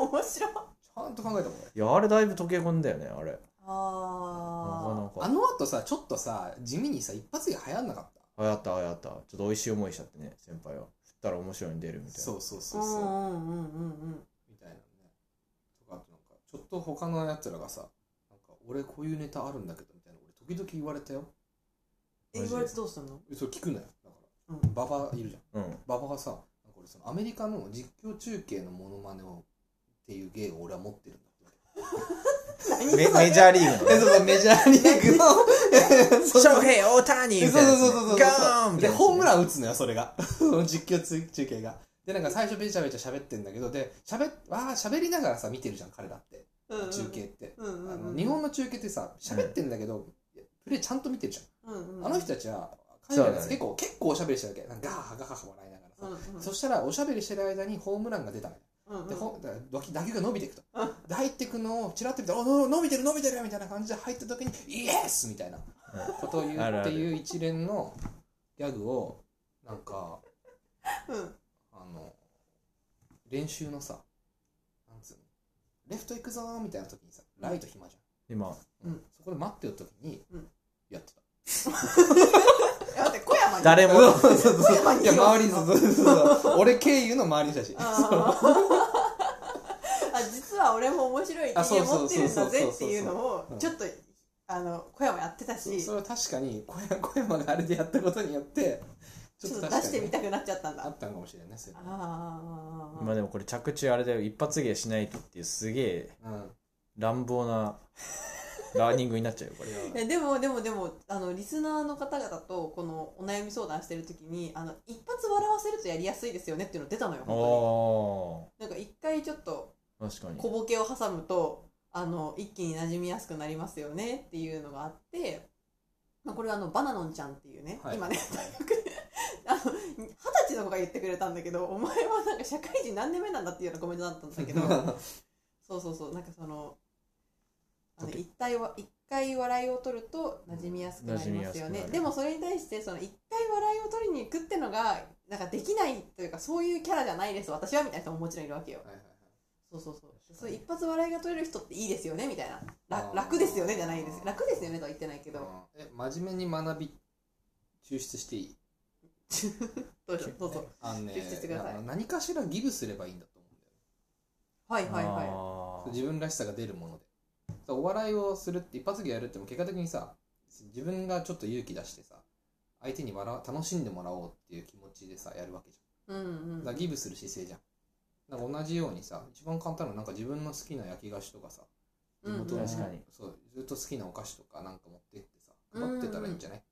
面白い
ちゃんと考えたもん俺
いやあれだいぶ溶け込んだよねあれなか
あ
な
あ
か
の後さちょっとさ地味にさ一発芸流行んなかった
あやったあやったちょっと美味しい思いしちゃってね先輩は振ったら面白いに出るみたいな
うそう
ーうんうんうんうんうん
みたいなねとかあとなんかちょっと他のやつらがさなんか俺こういうネタあるんだけどみたいな俺時々言われたよ
え
マジで
言われてどうすんの
えそれ聞くなよだか
う
ら
ん
馬場いるじゃん
うん
馬場がさなんか俺そのアメリカの実況中継のモノマネをっていう芸を俺は持ってるんだ
メメジャーリーグの
えそうそうメジャーリーグの [laughs]
ショウヘイ・オータニーみたいなやつねガーンみた
で
いなやつね
ホームラン打つのよそれが [laughs] その実況中中継がでなんか最初べちゃべちゃ喋ってんだけどで喋っわー喋りながらさ見てるじゃん彼らって中継って
うんうん
あ
うんう
の
ん
日本の中継ってさ喋ってんだけど、プレーちゃんと見てるじ
うんうん
ゃ、
うんん
あの人たちは海
そ
外
うだ
の
ね
やつ結構結構おしゃべりしてるわけなんかガーハガーハ笑いながら
う
さ、
んうん
そしたらおしゃべりしてる間にホームランが出たのよ
うんうん
でほだ打球打球が伸びていくとで入ってくのをチラッと見たら「おの伸びてる伸びてる」みたいな感じで入った時に「イエス!」みたいなことを言
あ
う
る
っ
あ
て
る
いう一連のギャグをなんか
うん
あの練習のさなんつうのレフト行くぞーみたいな時にさライト暇じゃん
今
うん
そこで待ってる時に
うん
やってた。
え待って小山に
誰も
[laughs] そうそうそう
山
いや、
に
周りの、そうそうそう俺経由の周りの人たち。
あーあ実は俺も面白い
あ
経
そう
験
そ
持
う
ってるんだ
そうそう
ぜっていうの
う
を
ん
ちょっとあの小山やってた
そう
し
それは確かに小山小山があれでやったことによって
ちょっと出してみたくなっちゃったんだ。
あ
あ
ったんかもしれないねそれ
あー。
まあでもこれ着地あれだよ一発芸しないとっていうすげえ
うん
乱暴なラーニングになっちゃう
[laughs]
よこれ
いや
えでもでもでもあのリスナーの方々とこのお悩み相談してる時にあの一発笑わせるとやりやすいですよねっていうの出たのよ本
あ
当になんか一回ちょっと
あ確かに
小ボケを挟むとあの一気に馴染みやすくなりますよねっていうのがあって、まあ、これはあのバナノンちゃんっていうね、
はい
今ね [laughs] あの二十歳の子が言ってくれたんだけどお前はなんか社会人何年目なんだっていうようなコメントだったんだ
[laughs]
けどそうそうそうなんかそのあの
と
一体は一回笑いを取ると馴染みやすくなりますよ
馴染みやすくな
ね
る
でもそれに対してその一回笑いを取りに行くってのがなんかできないというかそういうキャラじゃないです私はみたいな人ももちろんいるわけよ
はいはいはい
そうそうそうそういう一発笑いが取れる人っていいですよねみたいなら
あー
楽ですよねじゃないです楽ですよねとは言ってないけ
[laughs]
ど
うんえ真面目に学び抽出していい
どうぞどうぞ
あのね
抽出してください
な何かしらギブすればいいんだと思うんだよね
はいはいは
あー
自分らしさが出るものでそうお笑いをするって一発芸やるっても結果的にさ自分がちょっと勇気出してさ相手に笑わ楽しんでもらおうっていう気持ちでさやるわけじ
いうん
ゃん
う
だから
ん
ギブする姿勢じゃんだから同じようにさ一番簡単なのはなんか自分の好きな焼き菓子とかさ
うんうん
地元の
確かに
そうずっと好きなお菓子とかなんか持ってってさ配ってたらいいんじゃないって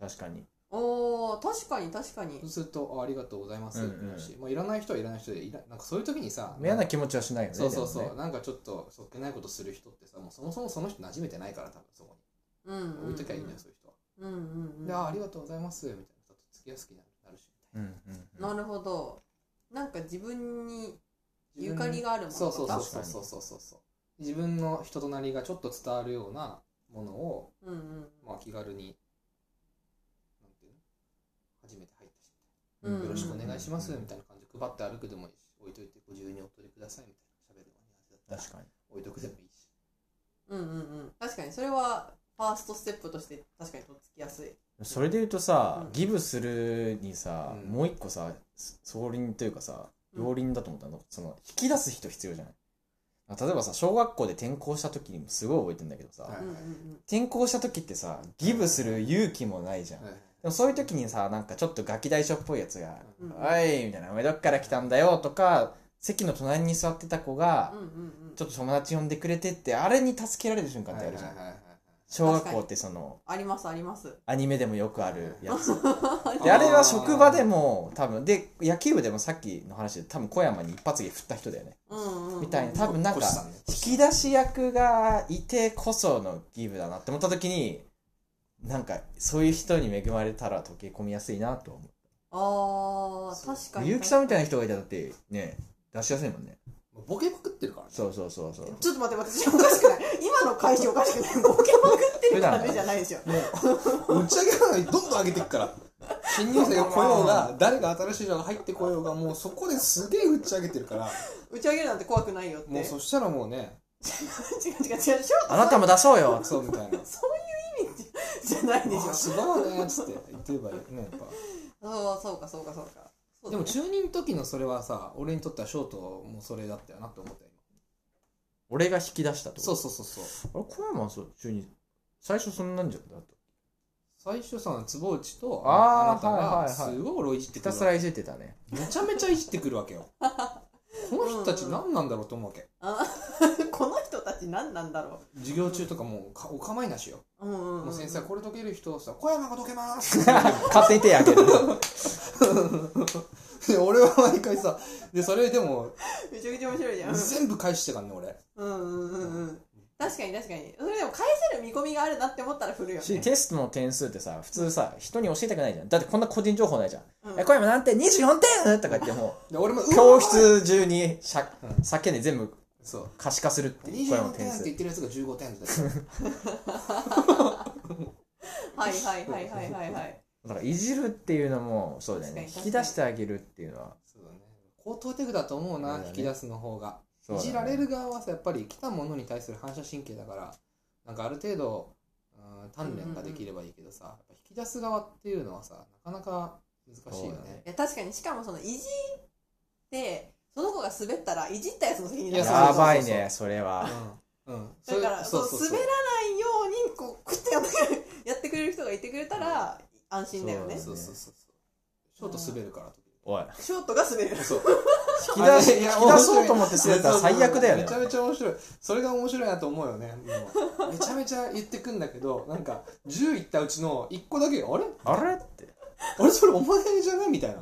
思う
確かに
おー確かに確かに
そうするとあありがとうございますってなるし、
う
まあ、いらない人はいらない人でいらなんかそういう時にさ
嫌な気持ちはしないよね
そうそうそう、
でもね
なんかちょっとそっけないことする人ってさもうそもそもその人馴染めてないから多分そこ
うんうん
に
うん
置いときゃいいんだよそういう人は、
うんうんうん
でああありがとうございますみたいなさつきやすくなるし
うんうんう
なんるほどなんか自分に
みたい
ゆ
な
かりがあるもの
そうそうそう
確か
そう
に
そうそうそうそう自分の人となりがちょっと伝わるようなものを、
うんうん
まあ、気軽になんていうの初めて入った
うんうん
人よろしくお願いします
う
み
ん
たいな感じで配って歩くでもいいし置いといてご自由にお取りくださいみたいな喋るのにだったら
確かに
置いとくでもいいし
うんうんうん確かにそれはファーストステップとして確かにとっつきやすい
それで言うとさ、
うん
ギブするにさ、
うん
もう一個さ総輪というかさ
うん
両輪だと思ったの、その引き出す人必要じゃない例えばさ小学校で転校した時にもすごい覚えてんだけどさ、
は
う
い
んうんうん
転校した時ってさギブする勇気もないじゃん、
はい
でもそういう時にさなんかちょっとガキ大将っぽいやつが
うん
「おい」みたいな「お前どっから来たんだよ」とか席の隣に座ってた子が
うんうんうん
ちょっと友達呼んでくれてってあれに助けられる瞬間っ
はい
て
は
あ
い
るじゃ
はい
ん
はい
小学校ってその
ありますあります
アニメでもよくあるやつ
はい
であれは職場でも多分で野球部でもさっきの話で多分小山に一発芸振った人だよね
うんうんうん
みたいな多分なんか
星さんね
引き出し役がいてこそのギブだなって思った時になんかそういう人に恵まれたら溶け込みやすいなと思
あー
そう
確か
う
に
結城さんみたいな人がいたらだってね出しやすいもんね
まあボケまくってるからね
そうそうそうそう
ちょっと待って私おかしくない今の返しおかしくないボケまくってる感じじゃないでしょ
打ち上げ花火どんどん上げていくから新入生が来ようが誰が新しい人が入ってこようがもうそこですげえ打ち上げてるから
打ち上げるなんて怖くないよって
もうそしたらもうね
違う違う違うショート
あなたも出そうよ
そうみたいな「
じゃないでしょ
あすごいね」っつって言ってればいいねやっ
そうそうかそうかそうかそ
ぱ
う
で
だ
も
ね
中二の時のそれはさ俺にとってはショートもそれだったよなって思ったよ
俺が引き出したってこと
そうそうそうそう
あれ小山はそう中に最初そんなんじゃなかった
最初さ坪内と
あー
あなた
はいはいは
が
い
すごい俺をいじって
ひ
く
た
る
す
わ
らいじってたね [laughs]
けめちゃめちゃいじってくるわけよこの人たち何なんだろうと思うわけ
あ [laughs] この人たち何なんだろ
授業中とかもうかお構いなしよ
ううんうん
も
う
うん先生はこれ解ける人さ「小山が解けます」 [laughs]
勝手に手あげる
で俺は毎回さでそれでも
めちゃくちゃ面白いじゃん
全部返してかんね俺
うんうんうんうん確かに確かにそれでも返せる見込みがあるなって思ったら振るよ
し
ね
テストの点数ってさ普通さ人に教えたくないじゃんだってこんな個人情報ないじゃん
うん
え小山なんて24点とか言っても
で俺も
う教室中にしゃ
うん
叫んで全部
そう
可視化するっていう小山
24
の
点
点
って
数
言ってるやつが15点だよ
はいはいはいはいはいはい
だからいじるっていうのもそうだよね
確か
引
に
き出してあげるっていうのは
そうだね高等テクだと思うな、
そうだね
引き出すの方が、
そう
い
だね
じられる側はさやっぱり来たものに対する反射神経だからなんかある程度、うん、鍛錬ができればいいけどさ、やっぱ引き出す側っていうのはさなかなか難しいよ
そうだね
ね
いや確かにしかもそのいじってその子が滑ったらいじったやつの責任だ
い
か
やそう
ら
やばいねそれは
うん、うん、
だからそう滑らない
ら
ようにこうクッてやってくれるやってくれる人がいてくれたら安心だよね
そうそうそうそうショート滑るから時
おい
ショートが滑る
々。そう。
引き出し引き出そうと思って滑ったら最悪だよね
めちゃめちゃ面白い。それが面白いなと思うよね。もうめちゃめちゃ言ってくんだけど、なんか、10いったうちの1個だけ、あれ
あれって
あれそれお前じゃないみたいな。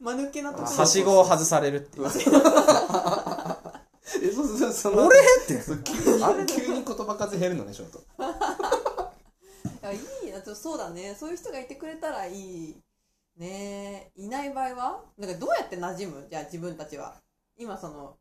間抜けなとこ
はしごを外されるっていう
え、そうそうそう、その
俺って
そう急に、急に言葉数減るのね、ショート。
いやいいなちょそうだねそういう人がいてくれたらいいねえいない場合はなんかどうやって馴染むじゃあ自分たちは今その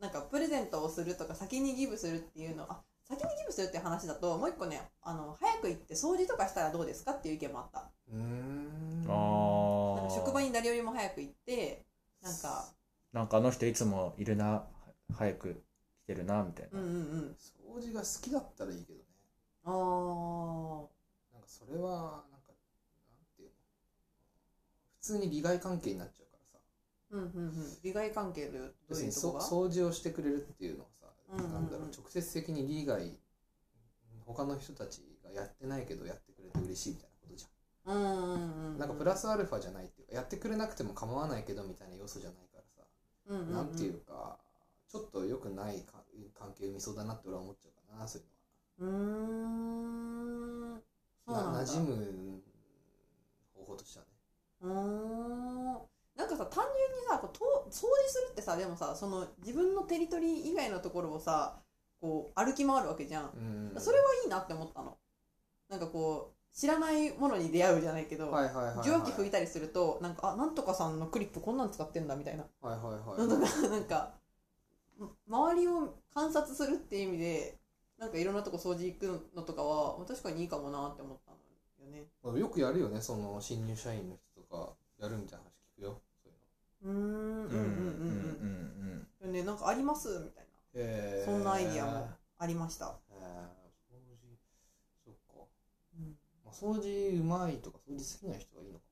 なんかプレゼントをするとか先にギブするっていうのあ先にギブするっていう話だともう一個ねあの早く行って掃除とかしたらどうですかっていう意見もあった
うーん。
なん
あ
か職場に誰よりも早く行ってなんか
なんかあの人いつもいるなは早く来てるなみたい
うん
な、
うんうん
掃除が好きだったらいいけどね。
あー
なんかそれは、なんか、なんていうの普通に利害関係になっちゃうからさ。
うんうんうん利害関係でどう
要
い
する
う
に
と
そ
こが
掃除をしてくれるっていうのはさ、
うんうんうん
なんだろう直接的に利害他の人たちがやってないけどやってくれて嬉しいみたいなことじ
う
ゃ
んうんうんうん
んなんかプラスアルファじゃないっていうかやってくれなくても構わないけどみたいな要素じゃないからさ、
うんうんうん
なんていうかちょっと良くないか関係生みそうだなって俺は思っちゃうかなそういう
うーんそう
の
なん
は
だ
な馴染む方法としてはね
うーんなんかさ単純にさこうと掃除するってさでもさその自分のテリトリー以外のところをさこう歩き回るわけじゃん、
うん
それはいいなって思ったのなんかこう知らないものに出会うじゃないけど、
はいはいはいはい
蒸気吹いたりするとなんかあなんとかさんのクリップこんなん使ってんだみたいな
はいはい
な
は
ん
い
とかなんか周りを観察するっていう意味でなんかいろんなとこ掃除行くのとかは確かにいいかもなって思ったのよね
よくやるよねその新入社員の人とかやるみたいな話聞くよそう
う
いうの
ーんうんうん
う
うん
んうんうん
うんねなんかありますみたい
へー
そんなアイディアもなありました、
えー掃除そっか、
うん、
まあ、掃除うまいとか掃除好きな人はいいのか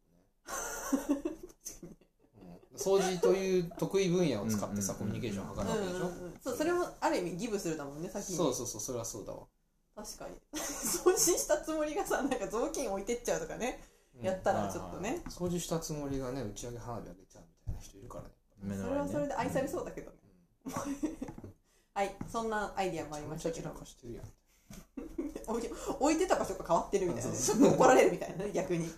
もね、うん、掃除という得意分野を使ってさ
うん
コミュニケーションを図
う
る
ん
わ
う
けでし
ん
ょ
うんそうそれもある意味ギブするだもんね先に
そうそうそうそれはそうだわ、
確かに [laughs] 掃除したつもりがさなんか雑巾置いてっちゃうとかね、
うん
やったらちょっとね
掃除したつもりがね打ち上げ花火あげちゃうみたいな人いるからね、
うん
それはそれで愛されそうだけどね、
う
はいそんなアイディア
ん、
もありま
め
し
ちゃ
た
め
け
ちゃ散
ど
らかしてるやん
置いて置いてた場所が変わってるみたいなね
そう
怒られるみたいなね
[laughs]
逆に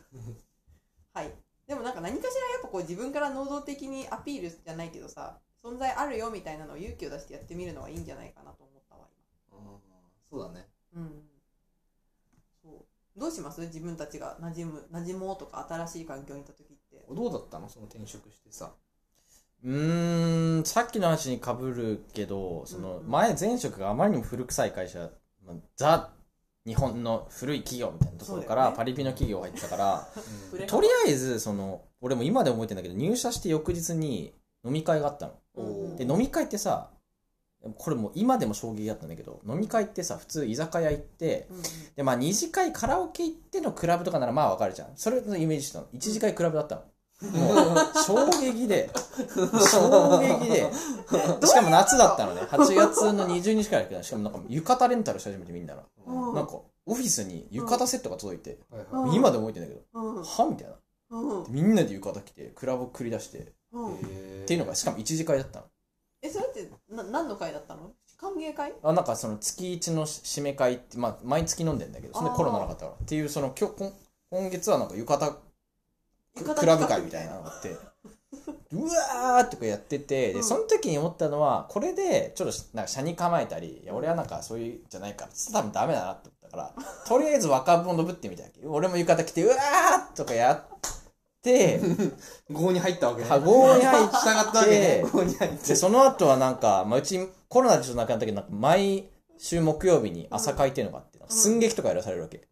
はいでもなんか何かしらやっぱこう自分から能動的にアピールじゃないけどさ存在あるよみたいなのを勇気を出してやってみるのはいいんじゃないかなと思ったわ
うんそうだね
今うんそうどうします自分たちが馴染む馴染もうとか新しい環境にいた時って
どうだったのその転職して
[laughs]
さ
うんうんうーんさっきの話にかぶるけどそ
う
の
んうん
前前職があまりにも古臭い会社まあザ日本の古い企業みたいなと
そ
ころか
うだよ
ら
ね
パリピの企業入っ
[laughs]
たから
う
売
ん
れ
とりあえずその俺も今で覚えてんだけど入社して翌日に飲み会があったの
おー
で飲み会ってさこれもう今でも衝撃だったんだけど飲み会ってさ普通居酒屋行って
うんう
でまあ二次会カラオケ行ってのクラブとかならまあわかるじゃんそれのイメージしたの一次会クラブだったのもう衝撃で衝撃でしかも夏だったのね8月の20日からやけどしかもなんか浴衣レンタルし始めてみんなが
うん
なんかオフィスに浴衣セットが届いて
はい
うん
は
今でも覚えてんだけど
んうん
はみたいな
うん
みんなで浴衣着てクラブ繰り出してっ
うん
い、へー
ていうのがしかも一次会だったの
えそれってな何の会だったの歓迎会
あなんかその月一の締め会って、まあ、毎月飲んでんだけどそんなコロナなかったからっていうその今日今今月はなんか浴衣
浴衣
クラブ会みたいなのがあってうわーとかやってて
う
で
ん
その時に思ったのはこれでちょっとなんか車に構えたりいや俺はなんかそういうんじゃないから多分ダメだなって思ったからとりあえず若者ぶってみたい俺も浴衣着てうわーとかやって
合に入ったわけね
羽子に入っ
従ったわけね
で
合に入って
でその後はなんか、まあ、うちコロナでちょっとなくなったけどなんか毎週木曜日に朝会っていうのがあって、なんか寸劇とかやらされるわけ、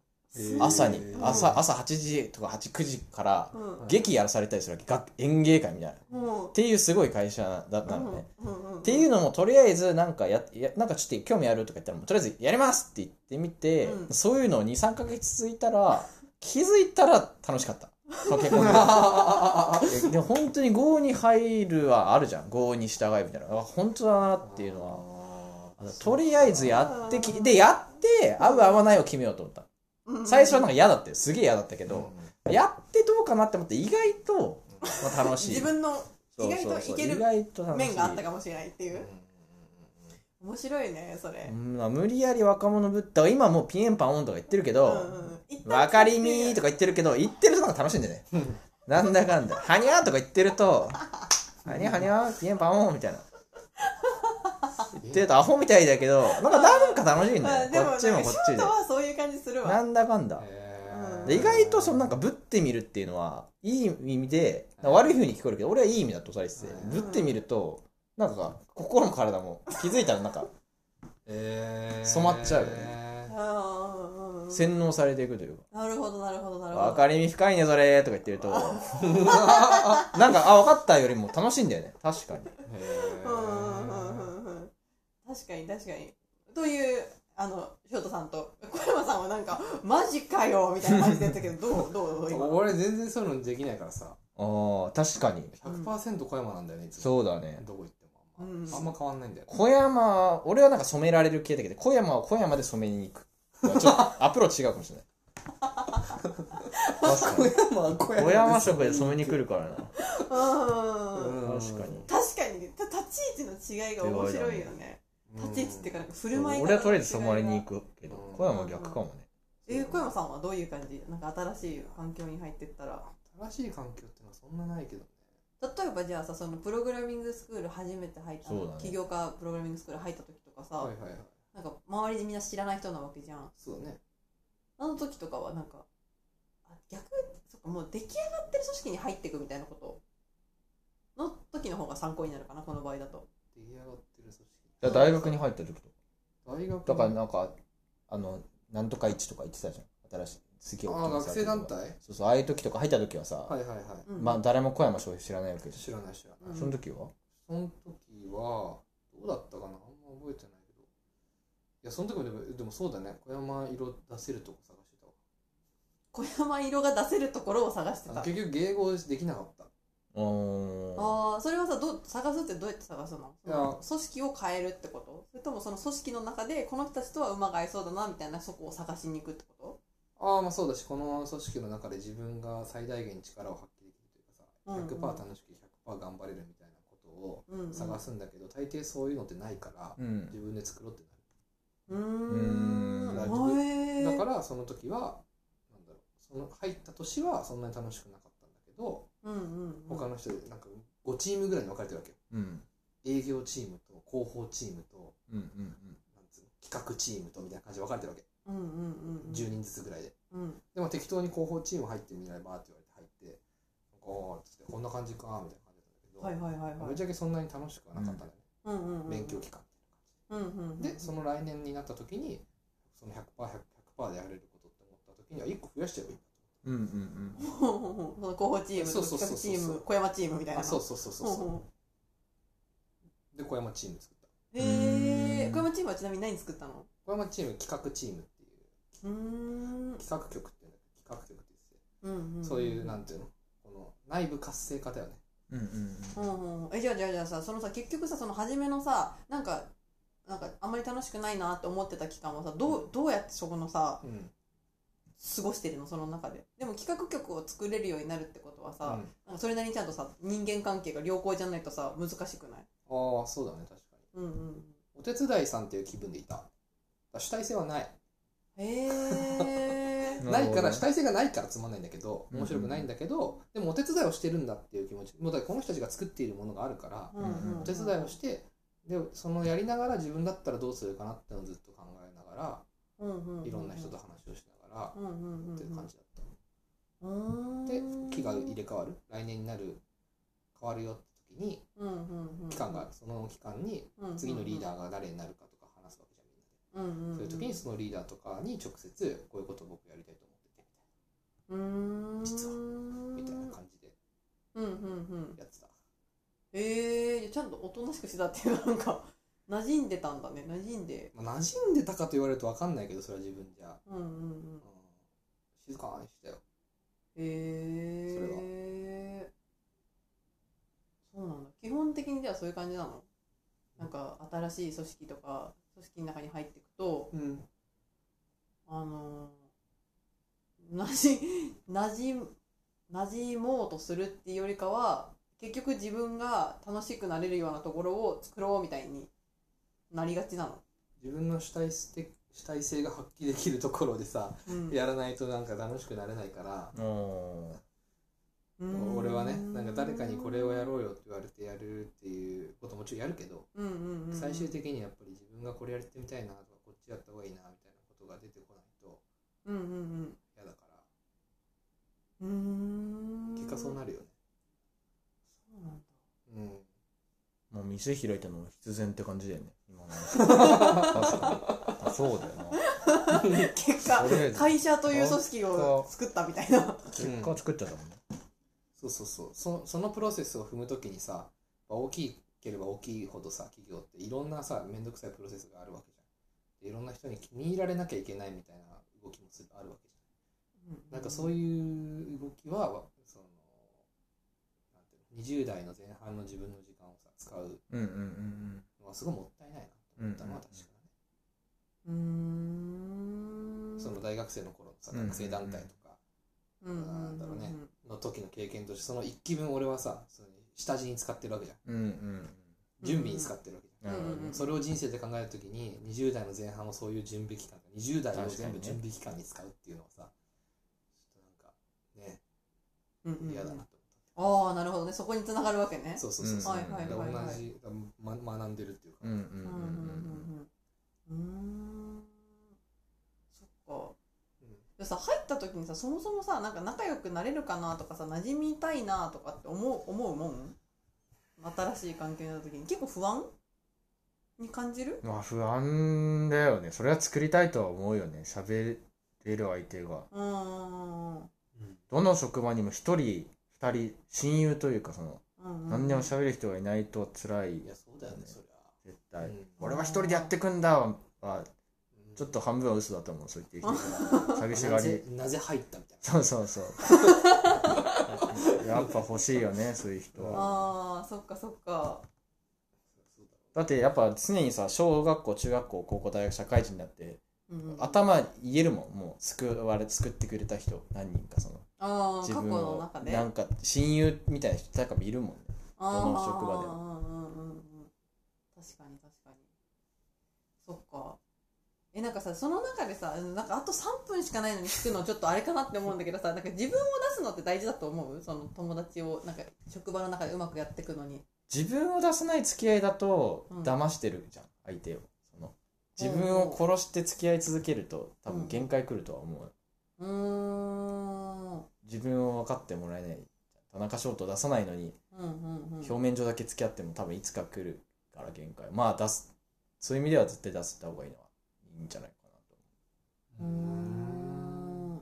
朝に
へー
朝朝8時とか8 9時から
うん
劇やらされたりするわけ学演芸会みたいなっ
うん
ていうすごい会社だったのね、
うんうんうん
っていうのもとりあえずなんかややなんかちょっと興味あるとか言ったらもうとりあえずやりますって言ってみて、
うん
そういうのを23か月続いたら気づいたら楽し
[laughs]
かったその結婚えでも本当に5に入るはあるじゃん5に従いみたいなあ本当だなっていうのは
は
とりあえずやってきでやって合う合わないを決めようと思った
うんうん
最初はなんか嫌だってすげえ嫌だったけど、
う
やってどうかなって思って意外と、まあ、楽しい
自分の
そう
意外と
そうそう
いける
意外と楽しい
面があったかもしれないっていううん面白いねそれ
うんまあ無理やり若者ぶった今もうピエンパンオンとか言ってるけ
う
ど、
んうん一旦
わかりみーとか言ってるけど、言ってるとが楽しいんだよね。なんだかんだ。はにゃーとか言ってると、はにゃはにゃー、ピエンパオンみたいな。言ってるとアホみたいだけど、なんかなんか楽しいん
ま
だ
あ
よ。
でもな
こっ
ん
ちも
か
こ
シ
っち
ョー
で
ト。はそういう感じする
な
わ
んだかんだ。
へー
で意外とそのなんかぶってみるっていうのは、いい意味で、
はい
悪い風に聞こえるけど、俺はいい意味だとされてて
はい、
ぶってみると、なんか心も体も気づいたらなんか
へー
染まっちゃうよ
あーうんうんうん
洗脳されていくというか。
なるほどなるほどなるほど
分かりみ深いねそれとか言ってるとなんかあ分かったよりも楽しいんだよね確かに
へ
うんうんう
ー
んうんうん確かに確かにというあのショートさんと小山さんはなんかマジかよみたいな感じでったけどど
[laughs]
うどうどう今
俺全然そういうのできないからさ
ああ確かに
100%小山なんだよねいつも
そうだね
どこ行ってもあん
うん
まあんま変わんないんだよね
小山俺はなんか染められる系だけど小山は小山で染めに行くちょっとアプローチ違うかもしれない確かに
山は小
小山職で染めに来るからな
うん
確かに
確かにた立ち位置の違いが面白いよね立ち位置っていうかなんか振る舞い方
俺はとりあえず染まりに行
く
くけど
うん
小山は逆かもね
え小山さんはどういう感じなんか新しい環境に入ってったら
正しい環境ってのはそんなないけどね
例えばじゃあさそのプログラミングスクール初めて入った、
そうだね
起業家プログラミングスクール入った時とかさ、
はいはいはい
なんか周りでみんな知らない人なわけじゃん
そうだね
あの時とかはなんかあ逆そっかもう出来上がってる組織に入っていくみたいなことの時の方が参考になるかなこの場合だと
出来上がってる組織
だから大学に入った時と
大学
だから
な
なんかあのなんとか一とか言ってたじゃん新しいすげえ
あー
大きい
学
さ
生団体は
そうそうああいう時とか入った時はさ、
いはいは
うん
まあ誰も小山翔平知らないわけ
い
でし
知らない知らない
ょその時は
その時はどうだったかなあんま覚えてないけどいやその時もでもでもそうだね小山色出せるとこ探してたわ
小山色が出せるところを探して
あ
た
の
あ
結局迎合できなかった
うーん
あーそれはさどう探すってどうやって探すの
いや
組織を変えるってことそれともその組織の中でこの人たちとは馬が合いそうだなみたいなそこを探しに行くってこ
ああまあそうだしこの組織の中で自分が最大限力を発揮できると
うんうん
いうかさ100%楽しく100%頑張れるみたいなことを
と、うんうん、
探すんだけど大抵そういうのってないから
うん
自分で作ろうって
うー
うーん
ん
だか
へ
ら
ー
なるだからその時はなんだろうその入った年はそんなに楽しくなかったんだけど
うんうんうん
他の人でなんか5チームぐらいに分かれてるわけよ
うん
営業チームと広報チームと
うんうん
なんつうの企画チームとみたいな感じで分かれてるわけ
うんうんうんうん
10人ずつぐらいで
うん
でも適当に広報チーム入ってみないばーって言われて入ってなんかあーっつってこんな感じかーみたいな感じだったんだけど、
はいはいはいは
ぶっ
い
ちゃけそんなに楽しくはなかったんだよね、
うんうんうん
勉強期間
うんうんうん
でその来年になった時にその 100%100% 100%でやれることって思った時には1個増やしちゃえばいいんだ
うんうんうん
ほうほう [laughs] ほうその候補チーム
そうそうそうそう
企画チーム小山チームみたい
と
な
あそうそうそうそうそう
ほうほ
で小山チーム作った
うへ
うー
え
ん
小山チームはちなみに何作ったの
小山チーム企画チームってい
う
う
ーん
企画局っていうの企画局って言ってて、
うんうん
そういうなんていうのこの内部活性化だよね
うんうん
うんうんうんえじゃあじゃあじゃあさそのさ結局さその初めのさなんかなんかあんまり楽しくないなって思ってた期間はさどうどうやってそこのさ
うん
過ごしてるのその中ででも企画曲を作れるようになるってことは
う
さ、
ん
なんかそれなりにちゃんとさ人間関係が良好じゃないとさ難しくない
ああそうだね確かに
うんうん
お手伝いさんっていう気分でいただから主体性はない
へえ
[laughs]
な
な
る
い
ほどね
から主体性がないからつまんないんだけど
うん
面白くないんだけど、でもお手伝いをしてるんだっていう気持ちもうだからこの人たちが作っているものがあるから、お手伝いをしてでそのやりながら自分だったらどうするかなってのをずっと考えながら、
い
いろんな人と話をしなが
うんうん
ら
うんうん
っていう感じだった、
うーん
で期が入れ替わる来年になる変わるよって時に
うんうんうん
期間があるその期間に次のリーダーが誰になるかとか話すわけじゃんみん
うんうんうん
なで。そういう時にそのリーダーとかに直接こういうことを僕やりたいと思ってて
うーん
実はみたいな感じで
うんうんうん
やってた
えー、ちゃんとおとなしくしてたっていうなんか馴染んでたんだね馴染んで
まあ馴染んでたかと言われると分かんないけどそれは自分じゃ、
うんうんうん
うん静かにしたよ
え
それ
ー、そうなんだ基本的にではそういう感じなのなんか新しい組織とか組織の中に入っていくと
うん
あのーなじなじなじもうとするっていうよりかは結局自分が楽しくなれるようなところを作ろうみたいになりがちなの。
自分の主体性主体性が発揮できるところでさ、
うん
やらないとなんか楽しくなれないから、
お
うん
俺はねなんか誰かにこれをやろうよって言われてやるっていうこともちろんやるけど、
うんうんうん、
最終的にやっぱり自分がこれやってみたいなとかこっちやった方がいいなみたいなことが出てこないと
うんうん
嫌だか
う
ら
んうーん
結果そうなるよね
そうなんだ
うん
ーもう店開いたのも必然って感じだよね今の
[laughs]
話確かにあそうだよな
結
とりあえ
果
ず
会社という組織を作ったみたいな
結果作っちゃったもんね、
そうそうそうそそのプロセスを踏むときにさ大きければ大きいほどさ企業っていろんなさ面倒くさいプロセスがあるわけじゃんでいろんな人に気に入られなきゃいけないみたいな動きもするあるわけじゃん [laughs] なんかそう
い
いう動きはそのなんていうの20代の前半の自分の時間をさ使う
うんうんうん
のはすごいもったいないなと思ったのは確かだね、
うーん
その大学生の頃のさ
うんうんうん
学生団体とか
うんうん
なんだろうね
んん
の時の経験としてその一気分俺はさその下地に使ってるわけじゃん
うんうんうん
準備に使ってるわけじゃん
なるほど
うん
ね
それを人生で考えるときに20代の前半をそういう準備期間20代を全部準備期間に使うっていうのはさちょっとなんか
うんうんう
ね
ん
嫌だなと思っ
ああなるほどねそこに繋がるわけ
た、
ね
そうそうそうそう、
はいはいはいはい
だから同じ、ま、学んでるっていうか、
うんうん
う
うん
うん
んうん
うんうんうーんそっか
うん
でさ入った時にさそもそもさなんか仲良くなれるかなとかさ馴染みたいなとかって思う思うもん新しい環境になった時に結構不安に感じる
まあ不安だよねそれは作りたいとは思うよね喋れる相手が
うーんうん
どの職場にも一人二人親友というかその
うん
何にも喋る人がいないと辛い
いやそうだよねそりゃ
絶対、
うん
俺は一人でやってくんだはは
うん
ちょっと半分は嘘だと思うそう言ってきて寂しが
な
り
ぜなぜ入ったみたい
そうそうそうやっぱ欲しいよねそういう人は
あーそっかそっか
な [laughs] そうだ
だってやっぱ常にさ小学校中学校高校大学社会人になって
うんうん
頭言えるもんもう救われ救ってくれた人何人かその
あー
自
過去
分
の
を
中で
なんか親友みたいな人なんかいるもんね
あー
どの職場でも
うんうんうんうん確かに確かにそっかえなんかさその中でさなんかあと3分しかないのに聞くのちょっとあれかなって思うんだけどさなんか自分を出すのって大事だと思うその友達をなんか職場の中でうまくやっていくのに
自分を出さない付き合いだと
うん
騙してるじゃん、相手をその自分を殺して付き合い続けると多
うん
分限界来るとは思う、
うーんうん
自分を分かってもらえない田中翔と出さないのに
うんうん
表面上だけ付き合っても多分いつか来るから限界まあ出すそういう意味では絶対出した方がいいのはいいんじゃないか
う
なと
ーん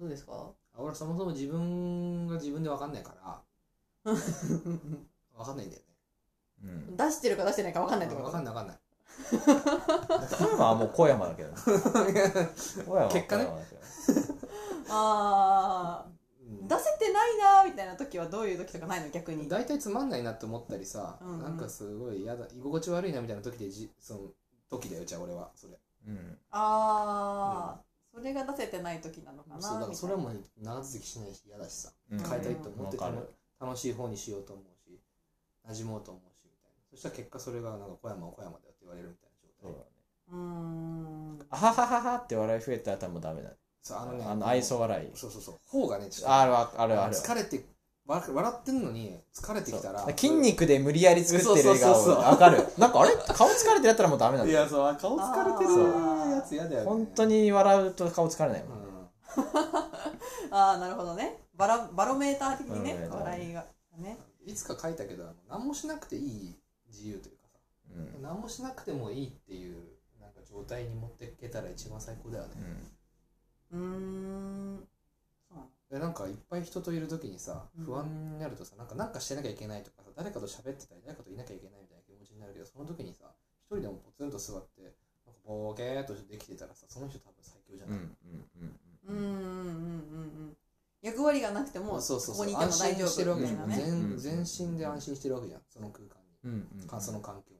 どうですか
あ俺はそもそも自分が自分で分かんないか
[laughs] 出
ら分かんないんだよね
思う、うん、
してるか出してないか分かんないってこ
分
と
かんない分かん
[laughs]
ない
小山はもう小山だけどね小山は小
結果ね
山だけど
[laughs] ああ
うん
出せてないなーみたいな時はどういう時とかないの逆に
大体つまんないなって思ったりさ、
うんうん
なんかすごい嫌だ居心地悪いなみたいな時でじその時だよじゃあ俺はそれ
うん
ああ、それが出せてない時なのかな
そうだからそれは
み
もう長続きしないし嫌だしさ
うん
変えたいと思ってた
わか
の
る
楽しい方にしようと思うし馴染もうと思うしみたいなそしたら結果それがなんか小山は小山だよって言われるみたい
そ
な
う
状
だ
態
ね
たいなうーん
あははははって笑い増えたら多分ダメだね
そうあ
あ
のね
の愛想笑い
そうそうそう方がねちょっと
あるあるあるある
疲れてわ笑ってんのに疲れてきたら
そう筋肉で無理やり作ってる笑
そうそうそう
顔
そう
わかるなんかあれ顔疲れてるやったらもうダメなん
い
だよ
やそう顔疲れて
あー
るやつ嫌だよね
本当、に笑うと顔疲れない
うん
もん、
ああなるほどねバラバロメーター的にね
バロメーター
笑いがね
いつか書いたけどあの何もしなくていい自由というかさ
うんうん
何もしなくてもいいっていうなんか状態に持っていけたら一番最高だよね、
うーんそうなの
でなんかいっぱい人といる時にさ
うん
不安になるとさなんかなんかしてなきゃいけないとかさ誰かと喋ってたり誰かといなきゃいけないみたいな気持ちになるけどその時にさ一人でもポツンと座ってなんかボーケーっとできてたらさその人多分最強じゃ
うんう
ない、
ん
うん
うん
う
うん
んうんうん役割がなくても
そうそう
ここ
そう
にいても
安
大丈
心してる
夫
わけ
みた
じ
い
ゃ、
なんね
うん
全全身で安心してるわけじゃんその空間に、
うんうん
かその環境に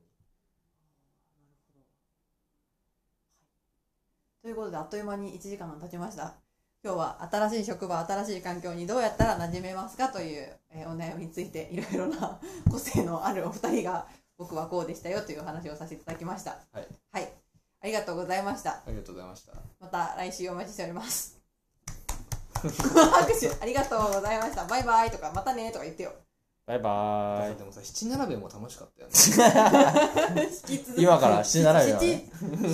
ということであっという間に1時間が経ちました今日は新しい職場、新しい環境にどうやったら馴染めますかという、えーお悩みについていろいろな [laughs] 個性のあるお二人が僕はこうでしたよというお話をさせていただきました。
はい。
はい。ありがとうございました。
ありがとうございました。
また来週お待ちしており
[laughs]
ます。 [laughs] 拍手ありがとうございました。バイバイとかまたねとか言ってよ。
バイバーイ
でもさ、七並べも楽しかったよね。
引き続き
今から七並べだね
七